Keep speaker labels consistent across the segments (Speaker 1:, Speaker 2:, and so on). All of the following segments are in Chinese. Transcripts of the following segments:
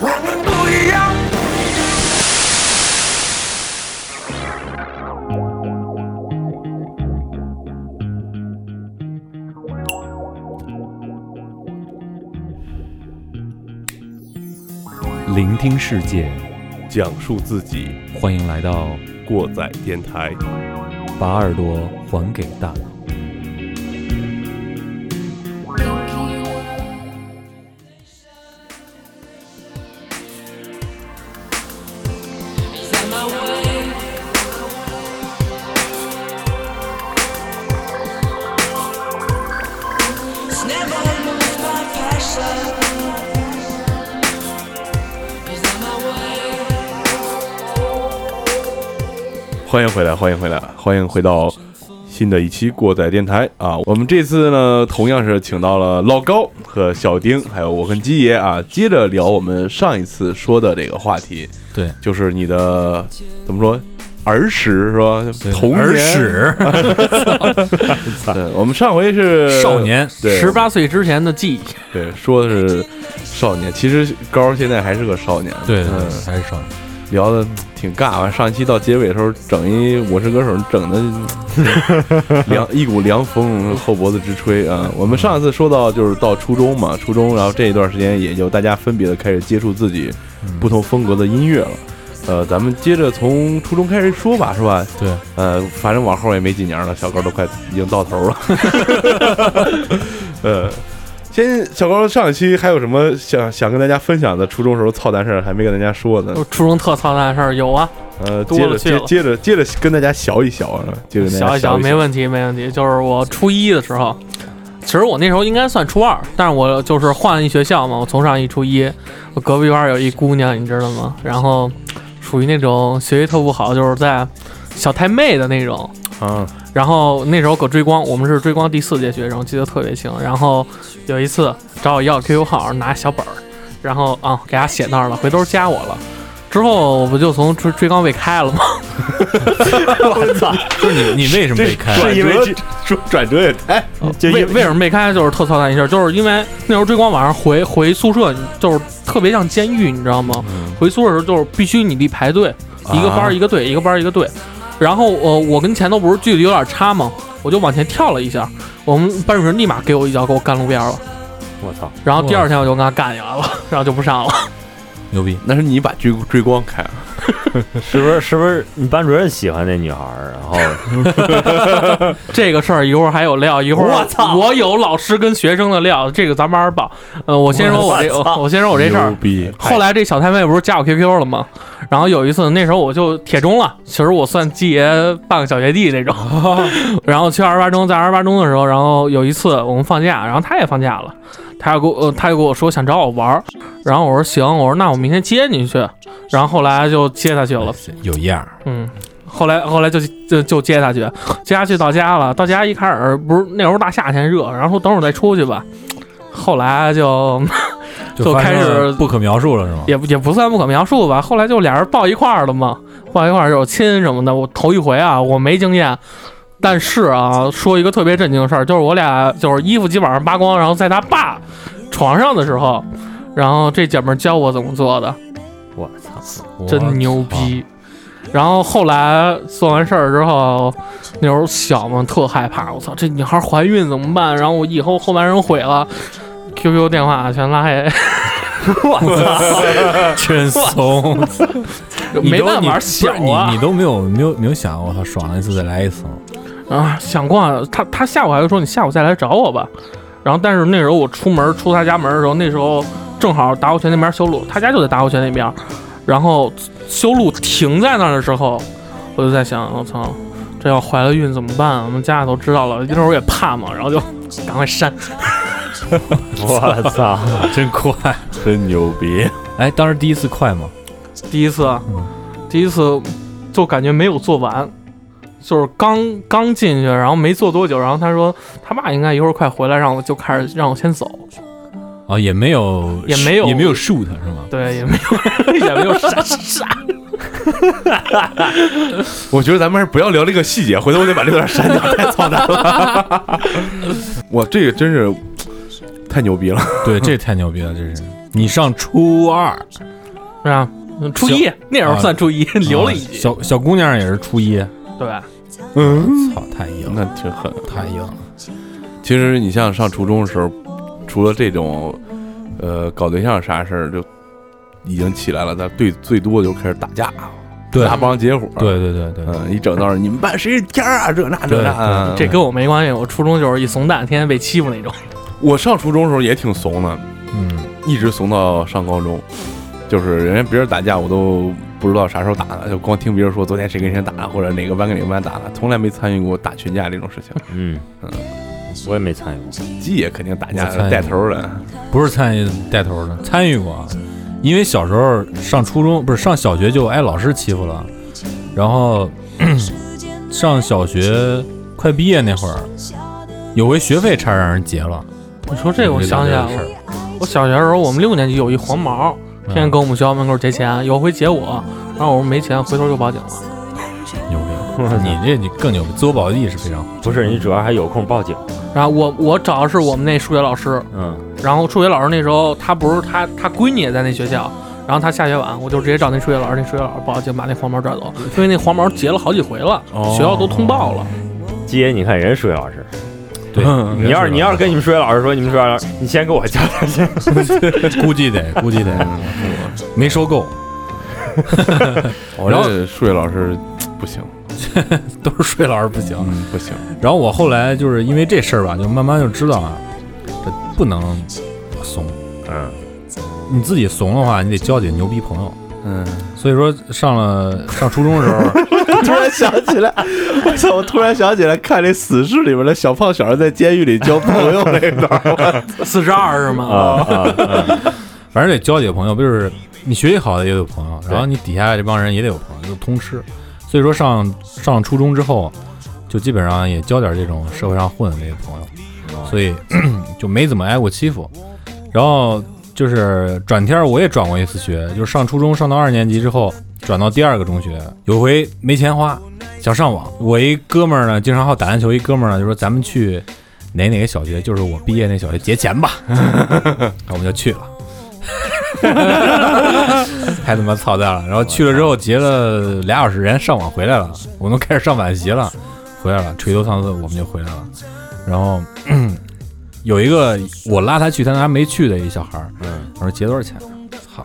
Speaker 1: 我们不一样。
Speaker 2: 聆听世界，
Speaker 3: 讲述自己，
Speaker 2: 欢迎来到
Speaker 3: 过载电台。
Speaker 2: 把耳朵还给大脑。
Speaker 3: 欢迎回来，欢迎回来，欢迎回到新的一期过载电台啊！我们这次呢，同样是请到了老高和小丁，还有我跟鸡爷啊，接着聊我们上一次说的这个话题，
Speaker 2: 对，
Speaker 3: 就是你的怎么说儿时是吧？童年
Speaker 4: 耳屎，
Speaker 3: 对，我们上回是
Speaker 4: 少，年
Speaker 3: 对
Speaker 5: 十八岁之前的记忆，
Speaker 3: 对，说的是少年，其实高现在还是个少年，
Speaker 4: 对对
Speaker 3: 嗯
Speaker 4: 对，还是少年，
Speaker 3: 聊的挺尬吧？上一期到结尾的时候，整一《我是歌手》，整的凉一股凉风，后脖子直吹啊！我们上一次说到就是到初中嘛，初中，然后这一段时间也就大家分别的开始接触自己不同风格的音乐了。呃，咱们接着从初中开始说吧，是吧？
Speaker 4: 对，
Speaker 3: 呃，反正往后也没几年了，小高都快已经到头了。 呃，先小高上一期还有什么想想跟大家分享的初中时候操蛋事儿还没跟大家说呢？
Speaker 5: 我初中特操蛋的事儿有啊，
Speaker 3: 呃，
Speaker 5: 多
Speaker 3: 接着
Speaker 5: 了去
Speaker 3: 接
Speaker 5: 了
Speaker 3: 接着接着跟大家小一小啊，接着跟大
Speaker 5: 想
Speaker 3: 家
Speaker 5: 一想
Speaker 3: 一
Speaker 5: 没问题没问题。就是我初一的时候，其实我那时候应该算初二，但是我就是换一学校嘛，我从上一初一，我隔壁班有一姑娘，你知道吗？然后属于那种学习特不好，就是在小太妹的那种。
Speaker 3: 啊，
Speaker 5: 然后那时候搁追光，我们是追光第四届学生，记得特别清。然后有一次找我要 QQ 号，拿小本儿，然后啊给他写那儿了，回头加我了。之后我不就从追追光被开了吗？我操！
Speaker 4: 不是你，你为什么被开？
Speaker 3: 转
Speaker 2: 是因为
Speaker 3: 折
Speaker 2: 这
Speaker 3: 说转折也哎太
Speaker 2: 就
Speaker 5: 为
Speaker 2: 因
Speaker 5: 为什么被开？就是特操蛋一事儿，就是因为那时候追光晚上回回宿舍，就是特别像监狱，你知道吗？回宿舍的时候就是必须你得排队，一个班儿一个队，一个班儿一个队。然后呃，我跟前头不是距离有点差吗？我就往前跳了一下，我们班主任立马给我一脚，给我干路边了。
Speaker 2: 我操！
Speaker 5: 然后第二天我就跟他干起来了，然后就不上了。
Speaker 4: 牛逼，
Speaker 3: 那是你把追追光开啊了，
Speaker 2: 是不是是不是你班主任喜欢那女孩儿？然后
Speaker 5: 这个事儿一会儿还有料，一会儿
Speaker 2: 我操
Speaker 5: 我有老师跟学生的料，这个咱慢慢报。呃，我先说我这，
Speaker 2: 我操
Speaker 5: 我我先说我这事儿
Speaker 3: 牛。逼，
Speaker 5: 后来这小太妹不是加我 QQ 了吗？然后有一次，那时候我就铁中了，其实我算季爷半个小学弟那 种。然后去二十八中，在二十八中的时候，然后有一次我们放假，然后他也放假了，他要给我，呃他就跟我说想找我玩儿，然后我说行，我说那我明天接你去。然后后来就接他去了，
Speaker 4: 有样儿，
Speaker 5: 嗯。后来后来就就就接他去，接他去到家了，到家一开始不是那时候大夏天热，然后说等会儿再出去吧。后来就 就
Speaker 4: 发生
Speaker 5: 开始
Speaker 4: 了不可描述了，是吗？
Speaker 5: 也不也不算不可描述吧。后来就俩人抱一块儿了嘛，抱一块儿有亲什么的。我头一回啊，我没经验，但是啊，说一个特别震惊的事儿，就是我俩就是衣服基本上扒光，然后在他爸床上的时候，然后这姐们儿教我怎么做的，
Speaker 2: 我操，
Speaker 4: 我
Speaker 5: 真牛逼。然后后来做完事儿之后，那时候小嘛，特害怕。我操，这女孩怀孕怎么办？然后我以后后半生毁了，QQ 电话全拉黑。
Speaker 4: 真怂，你
Speaker 5: 没
Speaker 4: 都
Speaker 5: 办
Speaker 4: 你
Speaker 5: 法
Speaker 4: 不是
Speaker 5: 小啊
Speaker 4: 你你都没有没有没有想过，我操，爽了一次再来一次吗？
Speaker 5: 啊，想逛。他他下午还会说你下午再来找我吧。然后，但是那时候我出门出他家门的时候，那时候正好达国泉那边修路，他家就在达国泉那边。然后修路停在那儿的时候，我就在想，我操，这要怀了孕怎么办啊？我们家里都知道了，那时候也怕嘛，然后就赶快删。
Speaker 2: 我操！
Speaker 4: 真快！
Speaker 3: 真牛逼，
Speaker 4: 哎，当时第一次快吗？
Speaker 5: 第一次啊，第一次就感觉没有做完，就是刚刚进去，然后没做多久，然后他说他爸应该一会儿快回来，让我就开始让我先走。
Speaker 4: 啊，也没有，
Speaker 5: 也没有
Speaker 4: 也没有 shoot 是吗？
Speaker 5: 对，也没有，也没有啥啥。
Speaker 3: 我觉得咱们还是不要聊这个细节，回头我得把这段删掉， 太操蛋了。哇，这个真是太牛逼了！
Speaker 4: 对，这太牛逼了，这是你上初二，
Speaker 5: 是吧？嗯初一那时候算初一，留了一
Speaker 4: 啊
Speaker 5: 级，
Speaker 4: 小小姑娘也是初一，
Speaker 5: 对吧？
Speaker 3: 嗯，
Speaker 4: 操，太硬了，
Speaker 3: 那挺狠。
Speaker 4: 太硬了，
Speaker 3: 其实你像上初中的时候，除了这种呃搞对象啥事儿，就已经起来了。咱最最多就开始打架，
Speaker 4: 对
Speaker 3: 拉帮结伙。，
Speaker 4: 对对对对，
Speaker 3: 嗯，一整到你们班谁是天儿啊，这那这那。啊
Speaker 4: 嗯
Speaker 5: 这跟我没关系，我初中就是一怂蛋，天天被欺负那种。
Speaker 3: 我上初中的时候也挺怂的，
Speaker 4: 嗯，
Speaker 3: 一直怂到上高中，就是人家别人打架我都不知道啥时候打的，就光听别人说昨天谁跟谁打了，或者哪个班跟哪个班打了，从来没参与过打群架这种事情。
Speaker 2: 嗯
Speaker 3: 嗯，
Speaker 2: 我也没参与过。
Speaker 3: 鸡爷肯定打架
Speaker 4: 我参与
Speaker 3: 带头的，
Speaker 4: 不是参与带头的，参与过啊，因为小时候上初中不是上小学就挨老师欺负了，然后 上小学快毕业那会儿，有回学费差点让人结了，
Speaker 5: 你说这个，我想想
Speaker 4: 嗯这个事，儿嗯
Speaker 5: 我小学的时候，我们六年级有一黄毛，天天跟我们学校门口劫钱，有回劫我，然后我说没钱，回头就报警了。
Speaker 4: 牛逼，你这你更牛逼，自我保护意识非常好，
Speaker 2: 不是，你主要还有空报警。
Speaker 5: 然后我我找的是我们那数学老师，
Speaker 2: 嗯，
Speaker 5: 然后数学老师那时候他不是他他闺女也在那学校，然后他下学晚，我就直接找那数学老师，那数学老师报警把那黄毛抓走，因为那黄毛劫了好几回了，
Speaker 3: 哦
Speaker 5: 学校都通报了。
Speaker 2: 鸡爷，你看人家数学老师，
Speaker 4: 对，
Speaker 3: 嗯
Speaker 2: 你要是你要是跟你们数学老师说，你们数学老师，你先给我交点钱。
Speaker 4: 估计得估计得
Speaker 3: 嗯
Speaker 4: 没收够，
Speaker 3: 我
Speaker 4: 然后
Speaker 3: 这数学老师不行，
Speaker 4: 都是睡老师不行。
Speaker 3: 嗯，不行，
Speaker 4: 然后我后来就是因为这事儿吧，就慢慢就知道啊，这不能怂，
Speaker 2: 嗯，
Speaker 4: 你自己怂的话，你得交几个牛逼朋友。
Speaker 3: 嗯。
Speaker 4: 所以说上了上初中的时候，
Speaker 3: 突然 想起来，我操！我突然想起来，看这《死侍》里边的小胖小孩在监狱里交朋友那段儿，
Speaker 4: 哦
Speaker 5: 四十二是
Speaker 2: 啊
Speaker 5: 吗？
Speaker 2: 啊，
Speaker 4: 反正得交几个朋友，就是你学习好的也得有朋友，然后你底下这帮人也得有朋友，就通吃。所以说上上初中之后，就基本上也交点这种社会上混的这些朋友，所以就没怎么挨过欺负。然后就是转天儿我也转过一次学，就是上初中上到二年级之后，转到第二个中学。有回没钱花，想上网，我一哥们儿呢经常好打篮球，一哥们儿呢就说咱们去哪哪个小学，就是我毕业那小学节前吧，然后我们就去了。太他妈操蛋了！然后去了之后结了俩小时，人家上网回来了，我们开始上晚习了，回来了，垂头丧气，我们就回来了。然后 有一个我拉他去，他还没去的一小孩儿，
Speaker 2: 嗯，
Speaker 4: 我说结多少钱？操，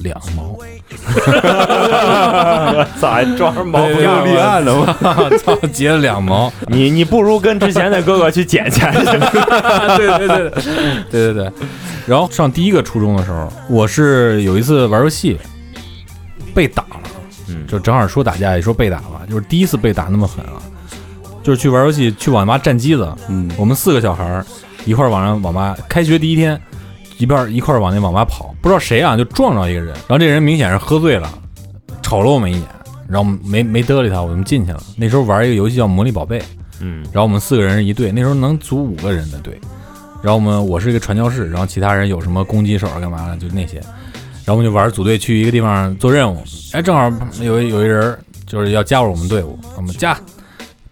Speaker 4: 两毛！
Speaker 2: 咋还装着毛不
Speaker 4: 哎呀
Speaker 2: 要
Speaker 4: 我
Speaker 2: 脸？
Speaker 3: 了吗？
Speaker 4: 操，结了两毛！
Speaker 2: 你你不如跟之前的哥哥去捡钱去。
Speaker 4: 对对对对对对。然后上第一个初中的时候，我是有一次玩游戏被打了，
Speaker 2: 嗯
Speaker 4: 就正好说打架也说被打了，就是第一次被打那么狠啊，就是去玩游戏去网吧占机子，
Speaker 3: 嗯，
Speaker 4: 我们四个小孩儿一块儿往上网吧，开学第一天一边儿一块儿往那网吧跑，不知道谁啊就撞着一个人，然后这人明显是喝醉了，瞅了我们一眼，然后没没搭理他，我们进去了。那时候玩一个游戏叫《魔力宝贝》，
Speaker 2: 嗯
Speaker 4: 然后我们四个人一队，那时候能组五个人的队。然后我们我是一个传教士，然后其他人有什么攻击手啊干嘛的，就那些。然后我们就玩组队去一个地方做任务，哎，正好有一有一人就是要加入我们队伍，我们加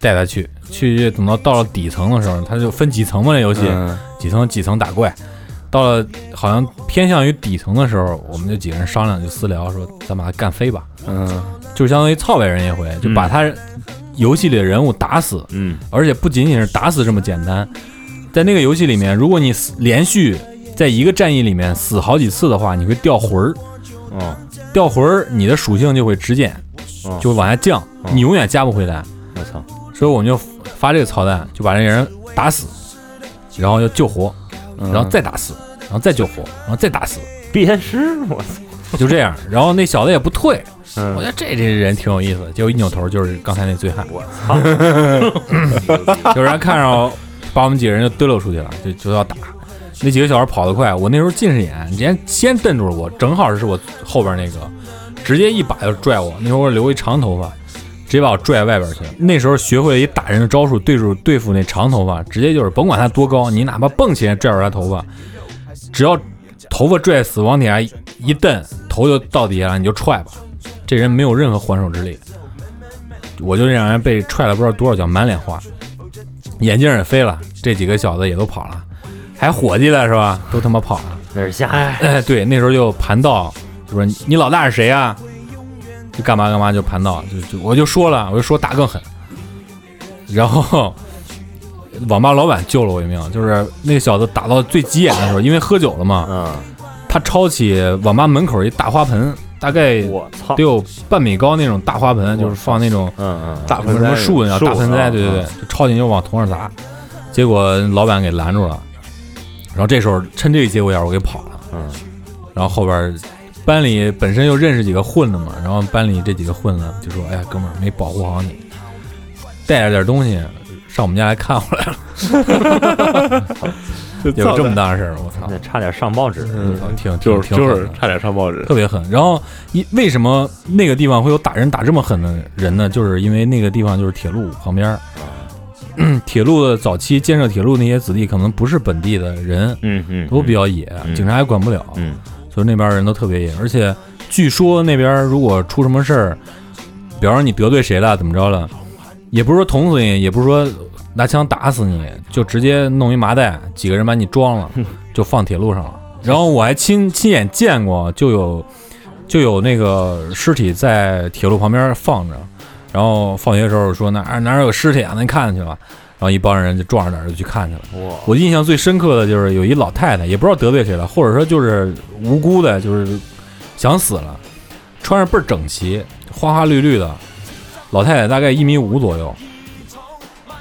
Speaker 4: 带他去，去等到到了底层的时候，他就分几层嘛，这游戏、
Speaker 3: 嗯
Speaker 4: 几层几层打怪。到了好像偏向于底层的时候，我们就几个人商量就私聊说，咱把他干飞吧，
Speaker 3: 嗯，
Speaker 4: 就相当于操呗人一回，就把他游戏里的人物打死，
Speaker 2: 嗯
Speaker 4: 而且不仅仅是打死这么简单，在那个游戏里面，如果你死连续在一个战役里面死好几次的话，你会掉魂儿，
Speaker 2: 哦
Speaker 4: 掉魂儿你的属性就会直减
Speaker 2: 哦，
Speaker 4: 就会往下降，
Speaker 2: 哦
Speaker 4: 你永远加不回来。
Speaker 2: 我操！
Speaker 4: 所以我们就发这个操蛋，就把这人打死，然后要救活，
Speaker 3: 然
Speaker 4: 然后再打死，然后再救活，然后再打死，
Speaker 2: 鞭尸，我操！
Speaker 4: 就这样。然后那小子也不退，我觉
Speaker 2: 嗯，
Speaker 4: 得这这人挺有意思的。结果一扭头就是刚才那醉汉，
Speaker 2: 我操！
Speaker 4: 有人看上，把我们几个人就堆溜出去了，就就要打。那几个小孩跑得快，我那时候近视眼，人家先瞪住了我，正好是我后边那个，直接一把就拽我。那会儿我留一长头发，直接把我拽外边去了。那时候学会了一打人的招数，对付对付那长头发，直接就是甭管他多高，你哪怕蹦起来拽住他头发，只要头发拽死往底下一蹬，头就到底下了，你就踹吧。这人没有任何还手之力，我就让人被踹了不知道多少脚，满脸花，眼镜也飞了，这几个小子也都跑了，还伙计了是吧？都他妈跑了。
Speaker 2: 那是下
Speaker 5: 哎，
Speaker 4: 哎，对，那时候就盘道，就说你老大是谁啊？就干嘛干嘛就盘道，就就我就说了，我就说打更狠。然后网吧老板救了我一命，就是那个小子打到最急眼的时候，因为喝酒了嘛，
Speaker 2: 嗯，
Speaker 4: 他抄起网吧门口一大花盆，大概得
Speaker 2: 我操，
Speaker 4: 有半米高那种大花盆，就是放那种
Speaker 2: 嗯嗯，
Speaker 3: 大
Speaker 4: 什么什么树啊，
Speaker 2: 树
Speaker 4: 大盆栽，对对对
Speaker 2: 啊，
Speaker 4: 就抄进去往头上砸，结果老板给拦住了。然后这时候趁这个节骨眼儿，我给跑了。
Speaker 2: 嗯，
Speaker 4: 然后后边儿班里本身又认识几个混的嘛，然后班里这几个混的就说：“哎呀，哥们儿，没保护好你，带着点东西上我们家来看我来了。
Speaker 3: 就”
Speaker 4: 有这么大事儿，我操！
Speaker 2: 那差点上报纸，
Speaker 3: 嗯
Speaker 4: 挺挺
Speaker 3: 就是
Speaker 4: 挺
Speaker 3: 就
Speaker 4: 狠
Speaker 3: 是
Speaker 4: 的
Speaker 3: 差点上报纸，
Speaker 4: 特别狠。然后一为什么那个地方会有打人打这么狠的人呢？就是因为那个地方就是铁路旁边儿，嗯铁路的早期建设铁路那些子弟可能不是本地的人，
Speaker 2: 嗯嗯，
Speaker 4: 都比较野，
Speaker 2: 嗯
Speaker 4: 警察也管不了，
Speaker 2: 嗯
Speaker 4: 所以那边人都特别野。而且据说那边如果出什么事儿，比方说你得罪谁了，怎么着了，也不是说捅死你，也不是说拿枪打死你，就直接弄一麻袋，几个人把你装了，就放铁路上了。然后我还亲亲眼见过，就有就有那个尸体在铁路旁边放着，然后放学的时候说哪哪有尸体啊，那你看看去吧。然后一帮人就壮着胆儿就去看去了。
Speaker 2: 哇，
Speaker 4: 我印象最深刻的就是有一老太太，也不知道得罪谁了，或者说就是无辜的，就是想死了，穿着倍儿整齐，花花绿绿的，老太太大概一米五左右，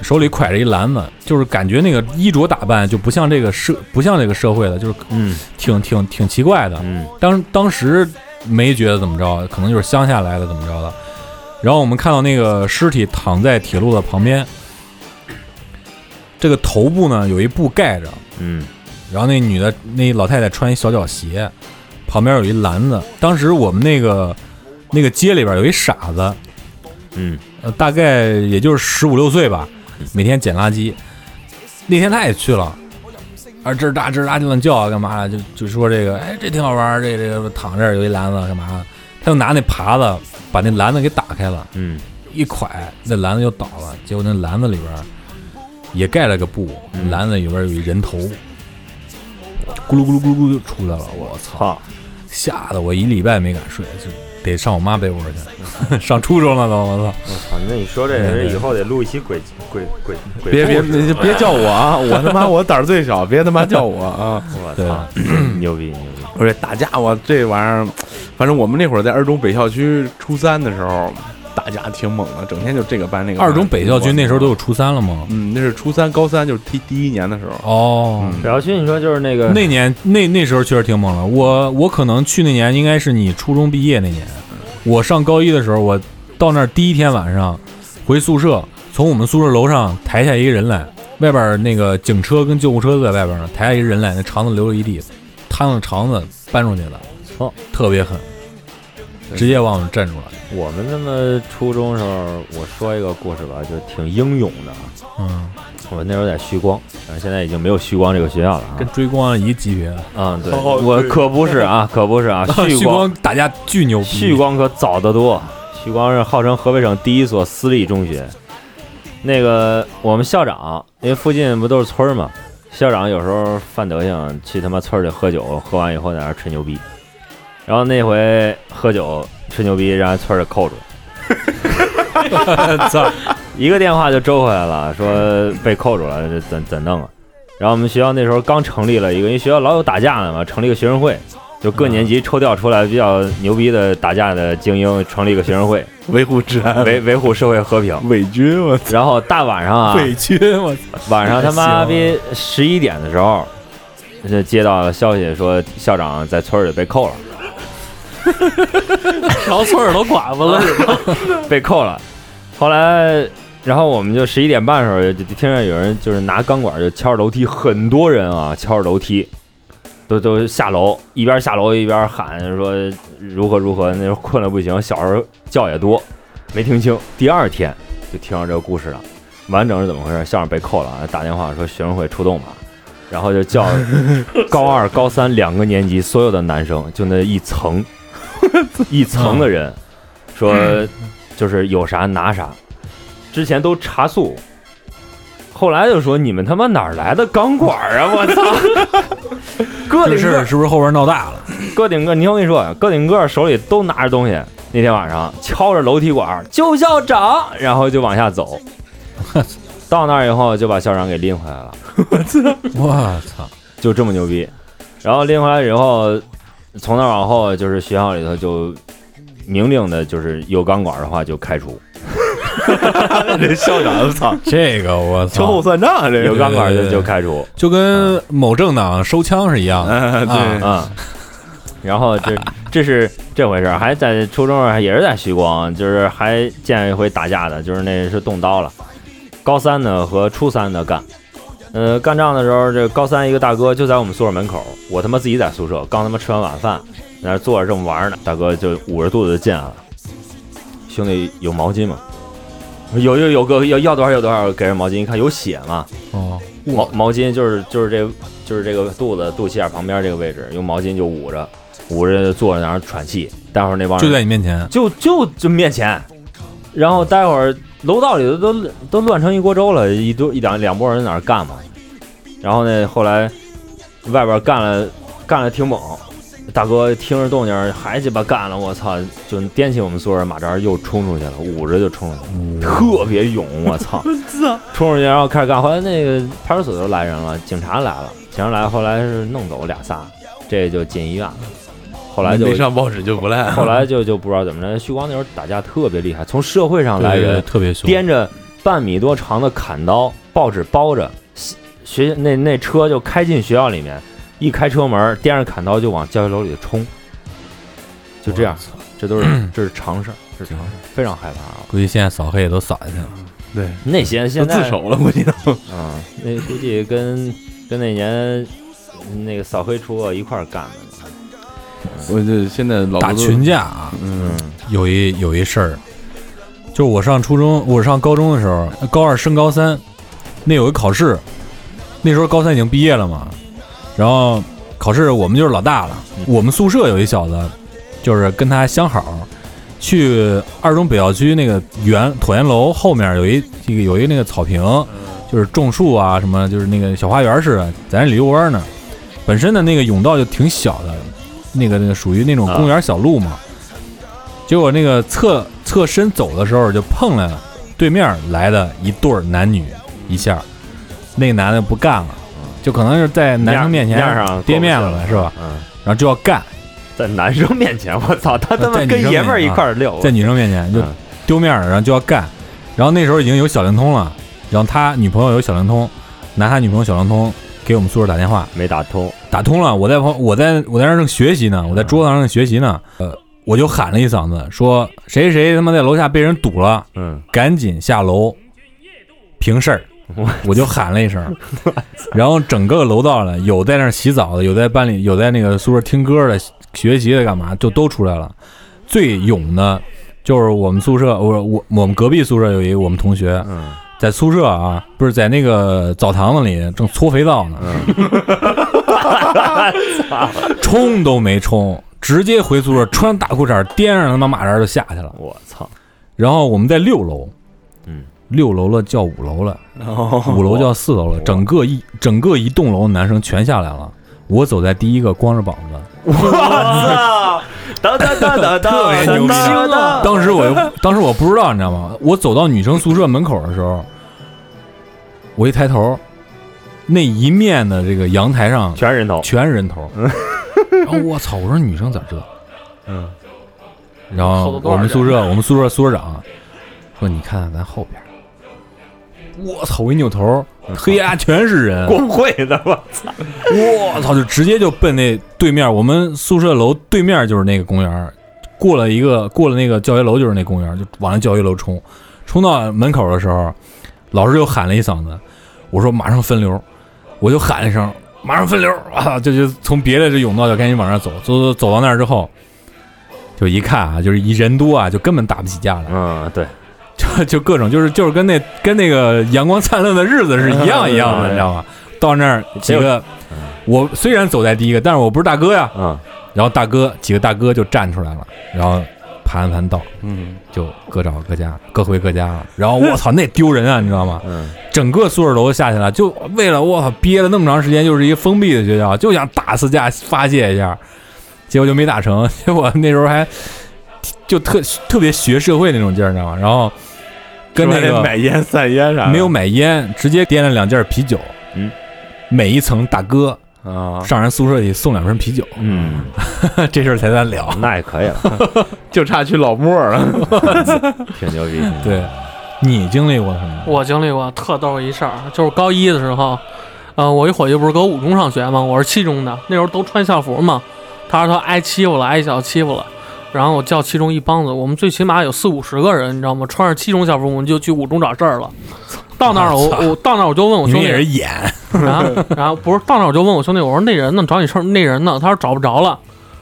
Speaker 4: 手里挎着一篮子，就是感觉那个衣着打扮就不像这个社，不像这个社会的，就是
Speaker 2: 嗯
Speaker 4: 挺挺挺奇怪的。
Speaker 2: 嗯
Speaker 4: 当当时没觉得怎么着，可能就是乡下来的怎么着的。然后我们看到那个尸体躺在铁路的旁边，这个头部呢有一布盖着，
Speaker 2: 嗯
Speaker 4: 然后那女的那老太太穿一小脚鞋，旁边有一篮子。当时我们那个那个街里边有一傻子，
Speaker 2: 嗯，
Speaker 4: 呃，大概也就是十五六岁吧，每天捡垃圾。那天他也去了，啊，吱喳吱喳就乱叫啊，干嘛的？就就说这个，哎，这挺好玩儿，这这这躺这儿有一篮子，干嘛的？他就拿那耙子把那篮子给打开了，
Speaker 2: 嗯
Speaker 4: 一蒯，那篮子就倒了。结果那篮子里边儿也盖了个布，
Speaker 2: 嗯
Speaker 4: 篮子里边儿有一人头，咕噜咕噜咕噜咕噜就出来了。我操！
Speaker 2: 操，
Speaker 4: 吓得我一礼拜没敢睡，就得上我妈被窝去， 上初中了都，我操！
Speaker 2: 我操，那你说这
Speaker 4: 对
Speaker 2: 人
Speaker 4: 对
Speaker 2: 以后得录一期鬼鬼鬼鬼，
Speaker 3: 别别，你 别叫我啊！我他妈我胆儿最小，别他妈叫我啊！
Speaker 2: 我
Speaker 4: 对
Speaker 2: 操， 牛逼牛逼，
Speaker 3: 我这打架，我这玩意儿，反正我们那会儿在二中北校区初三的时候，打架挺猛的，整天就这个班那个班。
Speaker 4: 二中北校区那时候都有，初三了吗？
Speaker 3: 嗯，那是初三、高三，就是第第一年的时候。
Speaker 4: 哦，
Speaker 3: 嗯
Speaker 2: 北校区你说就是那个
Speaker 4: 那年那那时候确实挺猛了。我我可能去那年应该是你初中毕业那年，我上高一的时候，我到那儿第一天晚上回宿舍，从我们宿舍楼上抬下一个人来，外边那个警车跟救护车都在外边呢，抬下一个人来，那肠子流了一地，摊了肠子搬出去的，
Speaker 2: 操
Speaker 4: 特别狠，直接把我们镇住了。
Speaker 2: 我们他妈初中时候，我说一个故事吧，就是挺英勇的啊。
Speaker 4: 嗯，
Speaker 2: 我那时候在旭光，但是现在已经没有旭光这个学校了啊
Speaker 4: 跟。追光一级 别的，
Speaker 2: 嗯，对，
Speaker 3: 哦
Speaker 2: 我
Speaker 3: 对
Speaker 2: 可不是啊，可不是 啊， 旭
Speaker 4: 旭
Speaker 2: 光
Speaker 4: 光打架巨牛逼，
Speaker 2: 旭光可早得多。旭光是号称河北省第一所私立中学。那个我们校长，因为附近不都是村儿嘛，校长有时候犯德行，去他妈村儿里喝酒，喝完以后在那儿吹牛逼。然后那回喝酒吹牛逼，让人村儿里扣住了。
Speaker 4: 操，
Speaker 2: 一个电话就周回来了，说被扣住了，这怎怎弄啊？然后我们学校那时候刚成立了一个，因为学校老有打架的嘛，成立一个学生会，就各年级抽调出来比较牛逼的打架的精英，成立一个学生会，
Speaker 3: 维护治安，
Speaker 2: 维维护社会和平。
Speaker 3: 伪军，我操！
Speaker 2: 然后大晚上啊，
Speaker 4: 伪军，我操，
Speaker 2: 晚上他妈
Speaker 4: 太行
Speaker 2: 逼十一点的时候，就接到消息说校长在村儿里被扣了。
Speaker 5: 然后村儿都寡妇了，
Speaker 2: 被扣了。后来，然后我们就十一点半的时候，就就听着有人就是拿钢管就敲着楼梯，很多人啊敲着楼梯，都都下楼，一边下楼一边喊说如何如何，那时候困了不行，小时候觉也多，没听清。第二天就听到这个故事了，完整是怎么回事？校长被扣了，啊打电话说学生会出动吧。然后就叫高二、高三两个年级所有的男生，就那一层一层的人，说就是有啥拿啥，之前都查宿，后来就说你们他妈哪儿来的钢管啊！我操，个
Speaker 4: 这
Speaker 2: 顶
Speaker 4: 事
Speaker 2: 个
Speaker 4: 儿是不是后边闹大了？
Speaker 2: 个顶个，你听我跟你说，个顶个手里都拿着东西。那天晚上敲着楼梯管，救校长，然后就往 下走。到那儿以后就把校长给拎回来了，
Speaker 4: 我操！
Speaker 2: 就这么牛逼。然后拎回来以后，从那往后就是学校里头就明令的，就是有钢管的话就开除， 啊
Speaker 3: 这校长，我 操，
Speaker 4: 这个我
Speaker 3: 秋后
Speaker 4: 操，
Speaker 3: 算账啊，这
Speaker 2: 有
Speaker 3: 个。
Speaker 2: 钢管
Speaker 4: 对
Speaker 2: 就
Speaker 4: 对对
Speaker 2: 就开除。
Speaker 4: 就跟某政党收枪是一样的。
Speaker 3: 啊，对，
Speaker 2: 啊，然后这这是这回事儿，还在初中啊也是在徐光，就是还见一回打架的，就是那是动刀了，高三的和初三的干。呃，干仗的时候，这高三一个大哥就在我们宿舍门口，我他妈自己在宿舍，刚他妈吃完晚饭，在那儿坐着正玩呢，大哥就捂着肚子就进来了，兄弟有毛巾吗？有有有哥要要多少有多少，给人毛巾，一看有血嘛，
Speaker 4: 哦，
Speaker 2: 毛毛巾就是就是这就是这个肚子肚脐眼旁边这个位置，用毛巾就捂着，捂着就坐在那儿喘气。待会儿那帮人
Speaker 4: 就在你面前，
Speaker 2: 就就就面前，然后待会儿楼道里头都都乱成一锅粥了，一堆一两两拨人在那儿干嘛，然后呢，后来外边干了干了挺猛，大哥听着动静儿还鸡巴干了，我操！就掂起我们宿舍马扎儿又冲出去了，捂着就冲出去了，特别勇，嗯我操！冲出去然后开始干，后来那个派出所都来人了，警察来了，警察来后来是弄走俩仨，这就进医院了，后来就
Speaker 3: 没上报纸就 不赖。
Speaker 2: 后来就就不知道怎么着，徐光那时候打架特别厉害，从社会上来
Speaker 4: 对对对
Speaker 2: 人，
Speaker 4: 特别凶，
Speaker 2: 掂着半米多长的砍刀，报纸包着，学那那车就开进学校里面，一开车门，掂着砍刀就往教学楼里冲，就这样，这都是 这是常事儿，这是常事儿，非常害怕啊。
Speaker 4: 估计现在扫黑也都扫下去了。
Speaker 2: 哦
Speaker 3: 对，
Speaker 2: 那些
Speaker 3: 都
Speaker 2: 现在
Speaker 3: 自首了，估计都。
Speaker 2: 啊、那估计跟跟那年那个扫黑除恶一块儿干 的，
Speaker 3: 我就现在老
Speaker 4: 打
Speaker 3: 多都
Speaker 4: 群，架啊，
Speaker 3: 嗯，
Speaker 4: 有一有一事儿，就是我上初中，我上高中的时候，高二升高三，那有个考试，那时候高三已经毕业了嘛，然后考试我们就是老大了，我们宿舍有一小子，就是跟他相好，去二中北校区那个园椭圆楼后面有一这个有一那个草坪，就是种树啊什么，就是那个小花园似的，在那里遛弯呢。本身的那个甬道就挺小的，那个那个属于那种公园小路嘛。结果那个侧侧身走的时候，就碰了对面来的一对儿男女一下，那个男的不干了，就可能是在男生面前
Speaker 2: 面上
Speaker 4: 跌面了是吧？
Speaker 2: 嗯。
Speaker 4: 然后就要干，
Speaker 2: 在男生面前，我操，他他
Speaker 4: 呃
Speaker 2: 妈
Speaker 4: 在女
Speaker 2: 跟
Speaker 4: 生
Speaker 2: 爷们儿
Speaker 4: 面
Speaker 2: 一
Speaker 4: 前啊
Speaker 2: 块儿遛，
Speaker 4: 在女生面前就
Speaker 2: 嗯
Speaker 4: 丢面儿，然后就要干。然后那时候已经有小灵通了，然后他女朋友有小灵通，拿他女朋友小灵通给我们宿舍打电话，
Speaker 2: 没打通，
Speaker 4: 打通了，我在旁，我在我在那儿正学习呢，我在桌子上正学习呢，呃，我就喊了一嗓子，说谁谁谁他妈在楼下被人堵了，
Speaker 2: 嗯，
Speaker 4: 赶紧下楼平事儿
Speaker 2: 我。
Speaker 4: 我就喊了一声，然后整个楼道了，有在那儿洗澡的，有在班里，有在那个宿舍听歌的，学习的，干嘛就都出来了。最勇的，就是我们宿舍，我我我们隔壁宿舍有一个我们同学，
Speaker 2: 嗯
Speaker 4: 在宿舍啊，不是在那个澡堂子里正搓肥皂呢，冲都没冲，直接回宿舍穿大裤衩，颠上他妈马扎就下去了。
Speaker 2: 我操，
Speaker 4: 然后我们在六楼，
Speaker 2: 嗯，
Speaker 4: 六楼了叫五楼了，
Speaker 3: 哦
Speaker 4: 五楼叫四楼了，整个一整个一栋楼的男生全下来了。我走在第一个，光着膀子，
Speaker 2: 我操，当当当当当，
Speaker 4: 特别牛逼
Speaker 2: 哦
Speaker 4: 当时我就，当时我不知道，你知道吗？我走到女生宿舍门口的时候，我一抬头，那一面的这个阳台上
Speaker 2: 全是人头，
Speaker 4: 全是人头， 然后我操，我说女生咋知道？
Speaker 3: 嗯，
Speaker 4: 然后我们宿舍，我们宿舍宿舍长啊说：“你看看咱后边儿。”我操！我一扭头，黑压压全是人，
Speaker 2: 工会的吧？
Speaker 4: 我操！就直接就奔那对面，我们宿舍楼对面就是那个公园儿，过了一个过了那个教学楼就是那公园儿，就往那教学楼冲，冲到门口的时候，老师又喊了一嗓子，我说马上分流，我就喊了一声马上分流啊，就就从别的这甬道就赶紧往那儿走，走走走到那儿之后，就一看啊，就是一人多啊，就根本打不起架来。
Speaker 2: 嗯，对，
Speaker 4: 就 就各种就是就是跟那跟那个阳光灿烂的日子是一样一样的，你知道吗？到那儿几个，我虽然走在第一个，但是我不是大哥呀。
Speaker 2: 嗯，
Speaker 4: 然后大哥几个大哥就站出来了，然后盘完盘到，
Speaker 3: 嗯，
Speaker 4: 就各找各家，各回各家了。然后我操，那丢人啊，你知道吗？
Speaker 2: 嗯，
Speaker 4: 整个宿舍楼下去了，就为了我操憋了那么长时间，就是一个封闭的学校，就想打次架发泄一下，结果就没打成。结果那时候还就特 特别学社会那种劲儿，你知道吗？然后跟那
Speaker 3: 是吧
Speaker 4: 个
Speaker 3: 得买烟散烟啥的，
Speaker 4: 没有买烟，直接掂了两件啤酒。
Speaker 2: 嗯，
Speaker 4: 每一层大哥
Speaker 3: 啊，
Speaker 4: 上人宿舍里送两瓶啤酒，
Speaker 2: 嗯，
Speaker 4: 这事儿才咱聊。
Speaker 2: 那也可以了，
Speaker 3: 就差去老莫了。
Speaker 2: 挺牛逼。挺牛逼，
Speaker 4: 对，你经历过什么？
Speaker 5: 我经历过特逗一事儿，啊就是高一的时候，呃，我一伙计不是搁五中上学嘛，我是七中的，那时候都穿校服嘛。他说他挨欺负了，挨小欺负了，然后我叫其中一帮子，我们最起码有四五十个人，你知道吗？穿着七中校服，我们就去五中找事儿了。到那儿我我到那儿我就问我
Speaker 4: 你
Speaker 5: 兄
Speaker 4: 们
Speaker 5: 弟
Speaker 4: 也是演，
Speaker 5: 啊，然后不是到那儿我就问我兄弟，我说那人呢？找你事儿，那人呢？他说找不着了。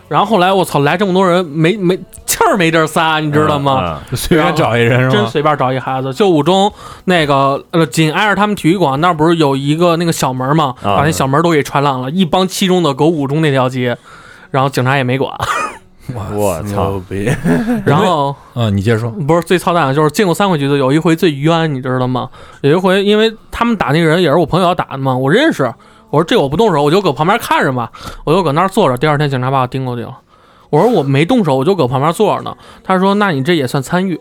Speaker 5: 然后后来我操，来这么多人，没没气儿没地儿撒，你知道吗？
Speaker 2: 嗯？
Speaker 4: 随便找一人是
Speaker 5: 真
Speaker 4: 吗？
Speaker 5: 随便找一孩子，就五中那个呃，紧挨着他们体育馆那儿不是有一个那个小门吗？
Speaker 2: 啊
Speaker 5: 把那小门都给穿烂了，一帮七中的狗五中那条街，然后警察也 没管。
Speaker 2: 嗯我操，
Speaker 3: 牛逼！
Speaker 5: 然后
Speaker 4: 嗯，你接着说。
Speaker 5: 不是最操蛋的就是进过三回局的，有一回最冤，你知道吗？有一回因为他们打那个人也是我朋友要打的嘛，我认识，我说这我不动手，我就搁旁边看着吧，我就搁那儿坐着。第二天警察把我盯过去了。我说我没动手，我就搁旁边坐着呢。他说：“那你这也算参与。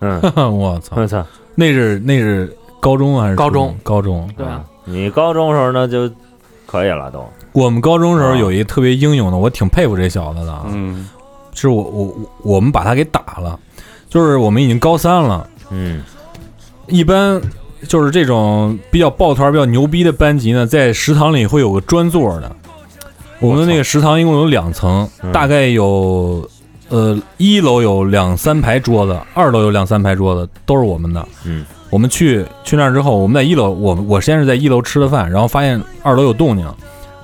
Speaker 2: 嗯，
Speaker 4: 我操，
Speaker 2: 我操，
Speaker 4: 那是那是高中还是
Speaker 5: 高
Speaker 4: 初
Speaker 5: 中？
Speaker 4: 高中。
Speaker 5: 对啊
Speaker 2: 你高中时候呢就可以了，都
Speaker 4: 我们高中时候
Speaker 2: 啊
Speaker 4: 有一特别英勇的，我挺佩服这小子的啊。
Speaker 3: 嗯，
Speaker 4: 是我我我我们把他给打了，就是我们已经高三了，
Speaker 2: 嗯
Speaker 4: 一般就是这种比较抱团、比较牛逼的班级呢，在食堂里会有个专座的。我们的那个食堂一共有两层，
Speaker 2: 嗯
Speaker 4: 大概有呃一楼有两三排桌子，二楼有两三排桌子，都是我们的。
Speaker 2: 嗯，
Speaker 4: 我们去去那儿之后，我们在一楼，我我先是在一楼吃的饭，然后发现二楼有动静，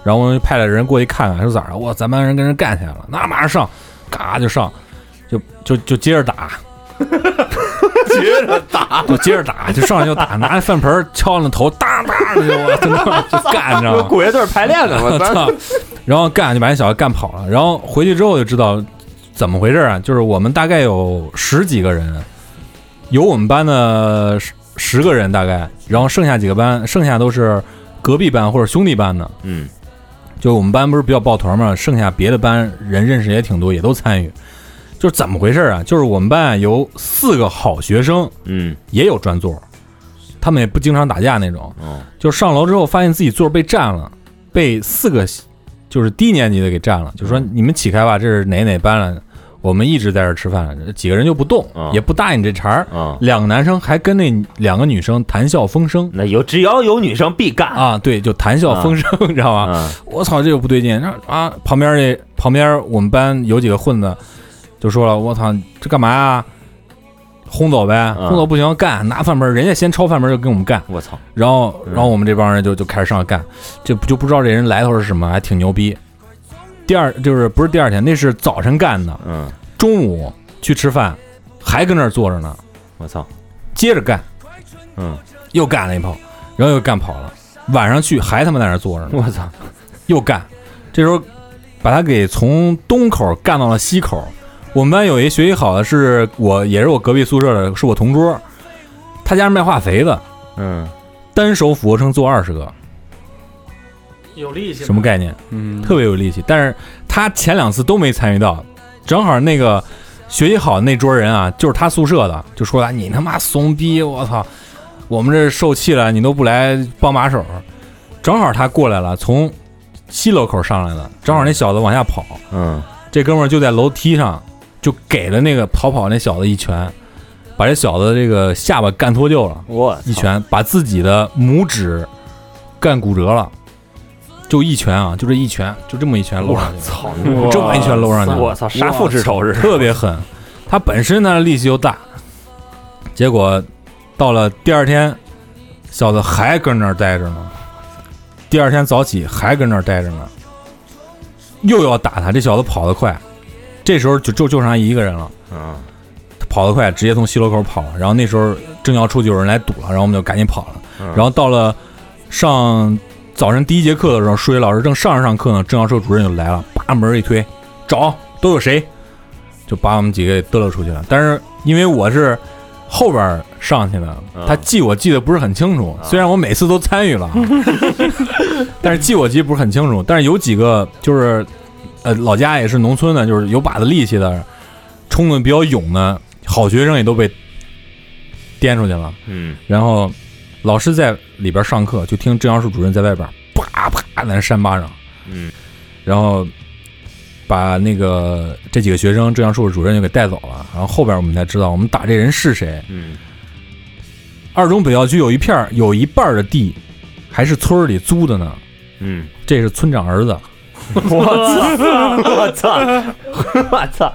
Speaker 4: 然后我们就派了人过去看看是咋着。哇，咱班人跟人干起来了，那马上上，嘎就上，就就就接着打，
Speaker 3: 接着打，
Speaker 4: 就接着打，就上来就打，拿饭盆儿敲那头，当当的就我在那儿就干，你
Speaker 2: 啊
Speaker 4: 知道吗？
Speaker 3: 鼓乐队排练呢，我操！
Speaker 4: 操！然后干就把那小子干跑了，然后回去之后就知道怎么回事啊，就是我们大概有十几个人，有我们班的十十个人大概，然后剩下几个班，剩下都是隔壁班或者兄弟班的，
Speaker 2: 嗯
Speaker 4: 就我们班不是比较抱团嘛，剩下别的班人认识也挺多，也都参与。就是怎么回事啊？就是我们班有四个好学生，
Speaker 2: 嗯，
Speaker 4: 也有专座，他们也不经常打架那种。
Speaker 2: 哦，
Speaker 4: 就上楼之后发现自己座被占了，被四个就是低年级的给占了，就说你们起开吧，这是哪哪班了？我们一直在这儿吃饭，几个人就不动
Speaker 2: 嗯，
Speaker 4: 也不搭理你这茬儿。
Speaker 2: 啊，
Speaker 4: 两个男生还跟那两个女生谈笑风生
Speaker 2: 那有只要有女生必干
Speaker 4: 啊，嗯对，就谈笑风生， 你知道吗？
Speaker 2: 啊，
Speaker 4: 我操，这个不对劲。然后啊，旁边这旁边我们班有几个混子就说了，我操，这干嘛呀？轰走呗，
Speaker 2: 嗯
Speaker 4: 轰走不行，干拿饭盆儿，人家先抄饭盆儿就跟我们干。
Speaker 2: 我操，
Speaker 4: 然后，
Speaker 2: 嗯
Speaker 4: 然后我们这帮人就就开始上来干，就就不知道这人来头是什么，还挺牛逼。第二就是不是第二天，那是早晨干的，
Speaker 2: 嗯，
Speaker 4: 中午去吃饭，还跟那儿坐着呢，
Speaker 2: 我操，
Speaker 4: 接着干，
Speaker 2: 嗯，
Speaker 4: 又干了一炮，然后又干跑了。晚上去还他妈在那儿坐着呢，
Speaker 2: 我操，
Speaker 4: 又干。这时候把他给从东口干到了西口。我们班有一学习好的是我，也是我隔壁宿舍的，是我同桌，他家是卖化肥的，
Speaker 2: 嗯，
Speaker 4: 单手俯卧撑做二十个，
Speaker 5: 有力气
Speaker 4: 什么概念？
Speaker 3: 嗯，
Speaker 4: 特别有力气。但是他前两次都没参与到，正好那个学习好的那桌人啊，就是他宿舍的，就说他你他妈怂逼，我操，我们这受气了，你都不来帮把手。正好他过来了，从西楼口上来的，正好那小子往下跑，
Speaker 2: 嗯，
Speaker 4: 这哥们儿就在楼梯上就给了那个逃跑那小子一拳，把这小子这个下巴干脱臼了。
Speaker 2: 我
Speaker 4: 一，拳把自己的拇指干骨折了，就一拳啊，就这一拳，就这么一拳搂
Speaker 2: 我
Speaker 4: 上去，
Speaker 2: 操，
Speaker 4: 就这么一拳搂上去了，
Speaker 2: 啊我操，杀父之仇是
Speaker 4: 特别狠。他本身他的力气就大，结果到了第二天，小子还跟那儿待着呢。第二天早起还跟那儿待着呢，又要打他。这小子跑得快，这时候就就就剩他一个人了。
Speaker 2: 嗯，
Speaker 4: 跑得快，直接从西楼口跑了。然后那时候正要出去，有人来堵了，然后我们就赶紧跑了。
Speaker 2: 嗯
Speaker 4: 然后到了上早晨第一节课的时候，数学老师正上着上课呢，政教社主任就来了，把门一推，找都有谁？就把我们几个给嘚瑟出去了。但是因为我是后边儿上去的
Speaker 2: 嗯，
Speaker 4: 他记我记得不是很清楚，虽然我每次都参与了啊，但是记我记得不是很清楚。但是有几个就是呃老家也是农村的，就是有把子力气的，冲的比较勇的好学生也都被颠出去了。
Speaker 2: 嗯
Speaker 4: 然后老师在里边上课，就听郑阳树主任在外边啪啪在那扇巴掌，
Speaker 2: 嗯
Speaker 4: 然后把那个这几个学生郑阳树主任就给带走了。然后后边我们才知道，我们打这人是谁。
Speaker 2: 嗯
Speaker 4: 二中北校区有一片儿有一半儿的地还是村儿里租的呢，
Speaker 2: 嗯，
Speaker 4: 这是村长儿子。
Speaker 2: 我操！我操！我操！